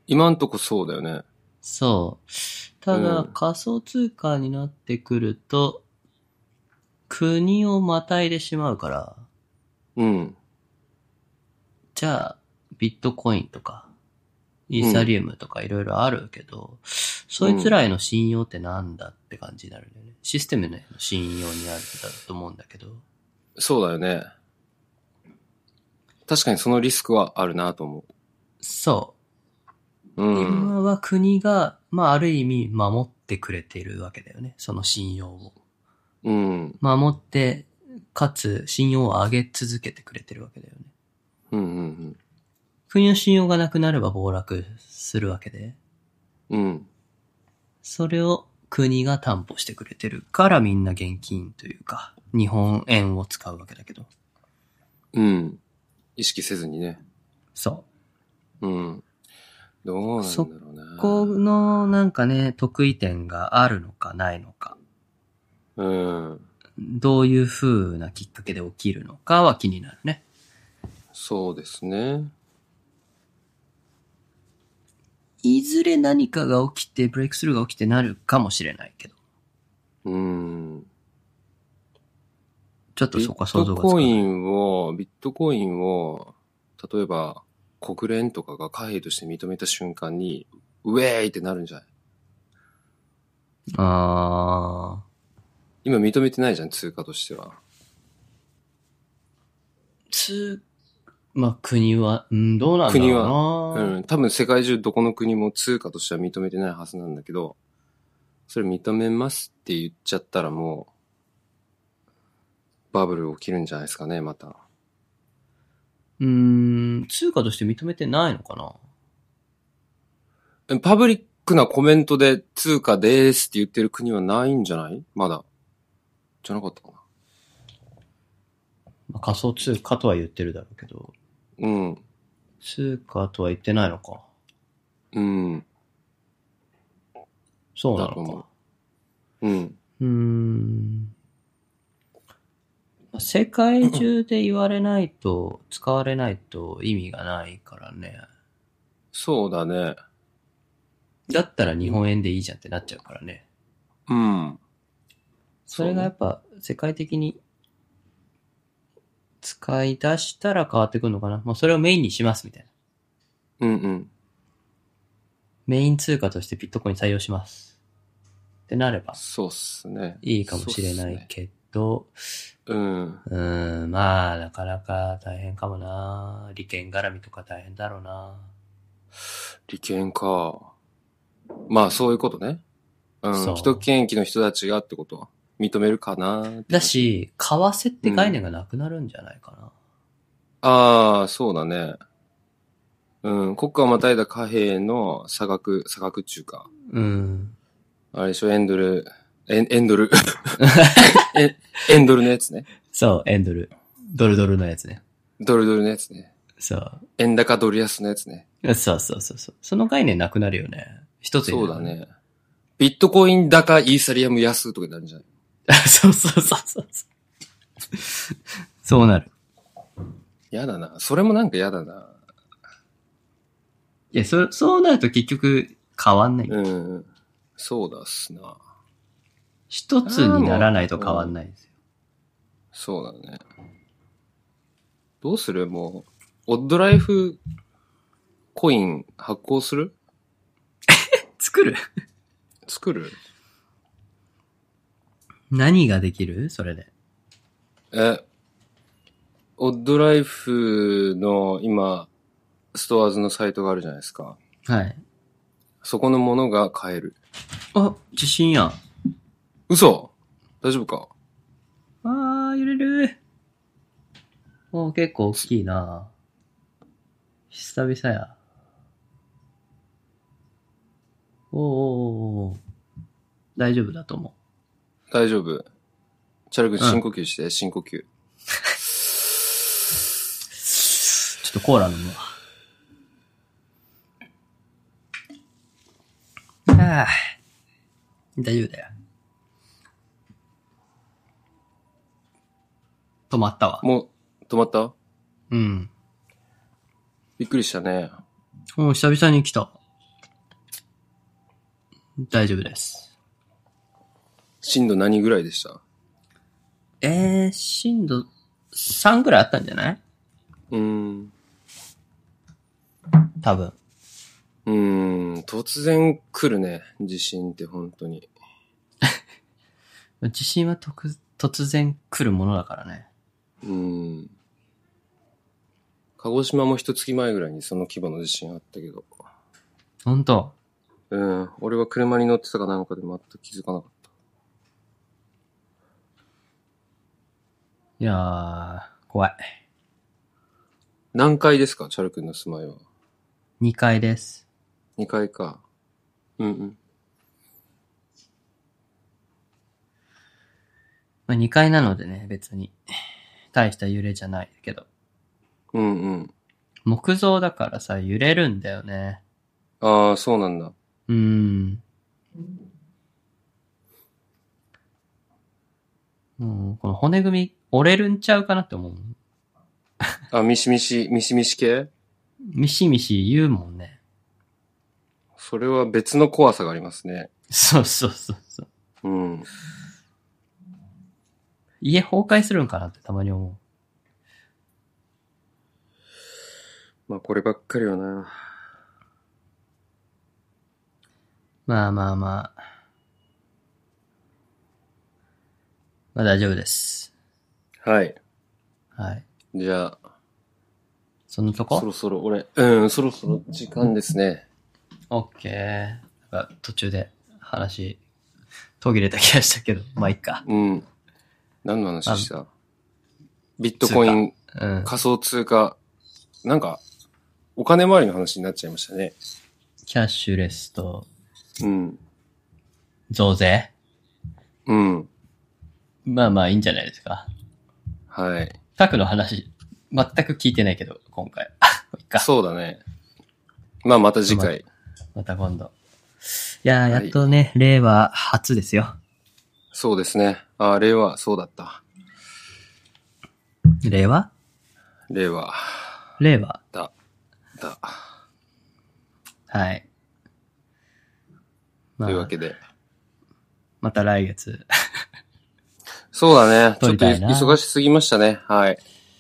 [SPEAKER 2] 今んとこそうだよね。
[SPEAKER 1] そう。ただ、
[SPEAKER 2] うん
[SPEAKER 1] 仮想通貨になってくると、国をまたいでしまうから、
[SPEAKER 2] うん。
[SPEAKER 1] じゃあ、ビットコインとか、イーサリウムとかいろいろあるけど、そいつらへの信用ってなんだって感じになるんだよね。システムへの信用にあるんだと思うんだけど。
[SPEAKER 2] そうだよね。確かにそのリスクはあるなと思
[SPEAKER 1] そう。
[SPEAKER 2] う。うん。
[SPEAKER 1] 今は国が、まあ、ある意味守ってくれているわけだよね。その信用を。
[SPEAKER 2] うん。
[SPEAKER 1] 守って、かつ信用を上げ続けてくれてるわけだよね。
[SPEAKER 2] うん。うん。
[SPEAKER 1] 国の信用がなくなれば暴落するわけで、
[SPEAKER 2] うん。うん
[SPEAKER 1] それを国が担保してくれてるからみんな現金というか、日本円を使うわけだけど。
[SPEAKER 2] うん。意識せずにね。
[SPEAKER 1] そう。
[SPEAKER 2] うん。どうなんだろうね。
[SPEAKER 1] このなんかね、得意点があるのかないのか、
[SPEAKER 2] うん。
[SPEAKER 1] どういう風なきっかけで起きるのかは気になるね。
[SPEAKER 2] そうですね。
[SPEAKER 1] いずれ何かが起きて、ブレイクスルーが起きてなるかもしれないけど。
[SPEAKER 2] うん。
[SPEAKER 1] ちょっと
[SPEAKER 2] ビ
[SPEAKER 1] そこは想
[SPEAKER 2] ッ
[SPEAKER 1] 像が
[SPEAKER 2] ト
[SPEAKER 1] つか
[SPEAKER 2] コ
[SPEAKER 1] な
[SPEAKER 2] イ
[SPEAKER 1] い。
[SPEAKER 2] ンを、ビットコインを、例えば国連とかが貨幣として認めた瞬間に、ウェーイってなるんじゃない
[SPEAKER 1] あー。
[SPEAKER 2] 今認めてないじゃん、通貨としては。
[SPEAKER 1] つ、まあ、国は、うん、どうなんだろう
[SPEAKER 2] 国
[SPEAKER 1] な。
[SPEAKER 2] うん。多分世界中どこの国も通貨としては認めてないはずなんだけど、それ認めますって言っちゃったらもう、バブル起きるんじゃないですかね、また。
[SPEAKER 1] うーん、通貨として認めてないのかな。
[SPEAKER 2] えパブリックなコメントで通貨でーすって言ってる国はないんじゃないまだ。じゃなかったか
[SPEAKER 1] まあ、仮想通貨とは言ってるだろうけど、
[SPEAKER 2] な。うん。
[SPEAKER 1] 通貨とは言ってないのか。
[SPEAKER 2] うん。
[SPEAKER 1] そうな
[SPEAKER 2] だと
[SPEAKER 1] の
[SPEAKER 2] 思
[SPEAKER 1] か。
[SPEAKER 2] うん。
[SPEAKER 1] うーん。まあ世界中で言われないと、使われないと意味がないからね。
[SPEAKER 2] そうだね。
[SPEAKER 1] だったら日本円でいいじゃんってなっちゃうからね。
[SPEAKER 2] うん。
[SPEAKER 1] それがやっぱ世界的に使い出したら変わってくるのかな。もうそれをメインにしますみたいな。
[SPEAKER 2] うんうん。
[SPEAKER 1] メイン通貨としてビットコイン採用します。ってなれば
[SPEAKER 2] そうっすね。
[SPEAKER 1] いいかもしれな
[SPEAKER 2] そうっす
[SPEAKER 1] い
[SPEAKER 2] ね
[SPEAKER 1] けど、
[SPEAKER 2] うん。
[SPEAKER 1] うーん、まあなかなか大変かもな。利権絡みとか大変だろうな。
[SPEAKER 2] 利権か。まあ、そういうことね。う
[SPEAKER 1] そ
[SPEAKER 2] ん。
[SPEAKER 1] う
[SPEAKER 2] 既得権益の人たちがってことは認めるかなって
[SPEAKER 1] だし、為替って概念がなくなるんじゃないかな。
[SPEAKER 2] ああ、そうだね。うん、国家をまたいだ貨幣の差額、差額中か。
[SPEAKER 1] うん。
[SPEAKER 2] あれでしょ、エンドル、エンエン ドルエン。エンドルのやつね。
[SPEAKER 1] そう、エンドル。ドルドルのやつね。
[SPEAKER 2] ドルドルのやつね。
[SPEAKER 1] そう。
[SPEAKER 2] 円高ドル安のやつね。
[SPEAKER 1] そうそうそうそう。その概念なくなるよね。一つに
[SPEAKER 2] そうだ。ね。ビットコイン高、イーサリアム安とかになるんじゃない
[SPEAKER 1] そうそうそうそうそう。そうなる。
[SPEAKER 2] やだな。それもなんかやだな。
[SPEAKER 1] いや、そ、そうなると結局変わんない。
[SPEAKER 2] うん。そうだっすな。
[SPEAKER 1] 一つにならないと変わんないですよ。
[SPEAKER 2] そうだね。どうするもう、オッドライフコイン発行する
[SPEAKER 1] 作る
[SPEAKER 2] 作る
[SPEAKER 1] 何ができるそれで。
[SPEAKER 2] え、オッドライフの今、ストアーズのサイトがあるじゃないですか。
[SPEAKER 1] はい。
[SPEAKER 2] そこのものが買える。
[SPEAKER 1] あ、地震やん。
[SPEAKER 2] 嘘大丈夫か
[SPEAKER 1] あー、揺れる。おー、結構大きいな久々や。おーおーおーおー大丈夫だと思
[SPEAKER 2] 大丈夫。チャル君
[SPEAKER 1] うん
[SPEAKER 2] 深呼吸して、深呼吸。
[SPEAKER 1] う。ちょっとコーラ飲むわ。あー大丈夫だよ。止まったわ。
[SPEAKER 2] もう、止まった
[SPEAKER 1] うん。
[SPEAKER 2] びっくりしたね。
[SPEAKER 1] もう久々に来た。大丈夫です。
[SPEAKER 2] 震度何ぐらいでした
[SPEAKER 1] えー、震度3ぐらいあったんじゃないう
[SPEAKER 2] ーん。
[SPEAKER 1] 多分。
[SPEAKER 2] うーん、突然来るね。地震って本当に。
[SPEAKER 1] 地震はとく突然来るものだからね。
[SPEAKER 2] うーん。鹿児島も一月前ぐらいにその規模の地震あったけど。
[SPEAKER 1] ほんと。
[SPEAKER 2] うん。俺は車に乗ってたかなんかで全く気づかなかった。
[SPEAKER 1] いやー、怖い。
[SPEAKER 2] 何階ですかチャル君の住まいは。
[SPEAKER 1] 2階です。
[SPEAKER 2] 2階か。うんうん。
[SPEAKER 1] まあ、2階なのでね、別に。大した揺れじゃないけど。
[SPEAKER 2] うんうん。
[SPEAKER 1] 木造だからさ、揺れるんだよね。
[SPEAKER 2] ああ、そうなんだ。
[SPEAKER 1] うーん。うん、この骨組み折れるんちゃうかなって思う。
[SPEAKER 2] あ、ミシミシ、ミシミシ系
[SPEAKER 1] ミシミシ言うもんね。
[SPEAKER 2] それは別の怖さがありますね。
[SPEAKER 1] そうそうそうそう。
[SPEAKER 2] うん。
[SPEAKER 1] 家崩壊するんかなってたまに思
[SPEAKER 2] まあこればっかりはな。
[SPEAKER 1] う。まあまあまあ。まあ大丈夫です。
[SPEAKER 2] はい。
[SPEAKER 1] はい。
[SPEAKER 2] じゃあ、
[SPEAKER 1] そのと
[SPEAKER 2] そ
[SPEAKER 1] こ
[SPEAKER 2] ろそろ俺、うん、そろそろ時間ですね。
[SPEAKER 1] オッケー。なんか途中で話途切れた気がしたけど、 まあいいか。
[SPEAKER 2] うん。何の話したビットコイン、
[SPEAKER 1] うん。
[SPEAKER 2] 仮想通貨、なんか、お金回りの話になっちゃいましたね。
[SPEAKER 1] キャッシュレスと
[SPEAKER 2] うん。
[SPEAKER 1] 増税
[SPEAKER 2] うん。
[SPEAKER 1] まあまあいいんじゃないですか。
[SPEAKER 2] はい。
[SPEAKER 1] タクの話、全く聞いてないけど、今回。 いいか。
[SPEAKER 2] そうだね。まあまた次回。
[SPEAKER 1] また今度。いやー、
[SPEAKER 2] はい
[SPEAKER 1] やっとね、令和初ですよ。
[SPEAKER 2] そうですね。あ、令和、そうだった。
[SPEAKER 1] 令和
[SPEAKER 2] 令和、
[SPEAKER 1] 令和
[SPEAKER 2] だ、だ。
[SPEAKER 1] はい。ま
[SPEAKER 2] というわ
[SPEAKER 1] あ、
[SPEAKER 2] けで。
[SPEAKER 1] また来月。
[SPEAKER 2] そうだね。ち
[SPEAKER 1] 撮
[SPEAKER 2] ょっ
[SPEAKER 1] り
[SPEAKER 2] と
[SPEAKER 1] たいな
[SPEAKER 2] 忙しすぎましたね。はい。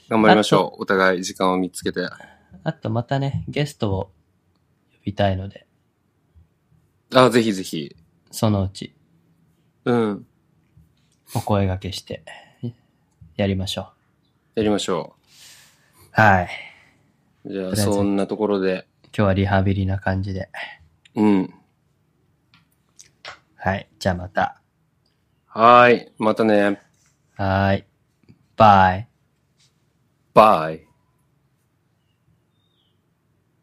[SPEAKER 2] 頑張りましょう。お互い時間を見つけて。
[SPEAKER 1] あとまたね、ゲストを呼びたいので、
[SPEAKER 2] あ、ぜひぜひ。
[SPEAKER 1] そのうち
[SPEAKER 2] うん。
[SPEAKER 1] お声掛けして、やりましょ
[SPEAKER 2] やりましょ
[SPEAKER 1] う。はい。
[SPEAKER 2] う。じゃ
[SPEAKER 1] とりあ
[SPEAKER 2] あ、
[SPEAKER 1] えず
[SPEAKER 2] そんなところで。
[SPEAKER 1] 今日はリハビリな感じで。
[SPEAKER 2] うん。
[SPEAKER 1] はい。じゃあまた。
[SPEAKER 2] はーい。またね。
[SPEAKER 1] はーい。バイ。
[SPEAKER 2] バイ。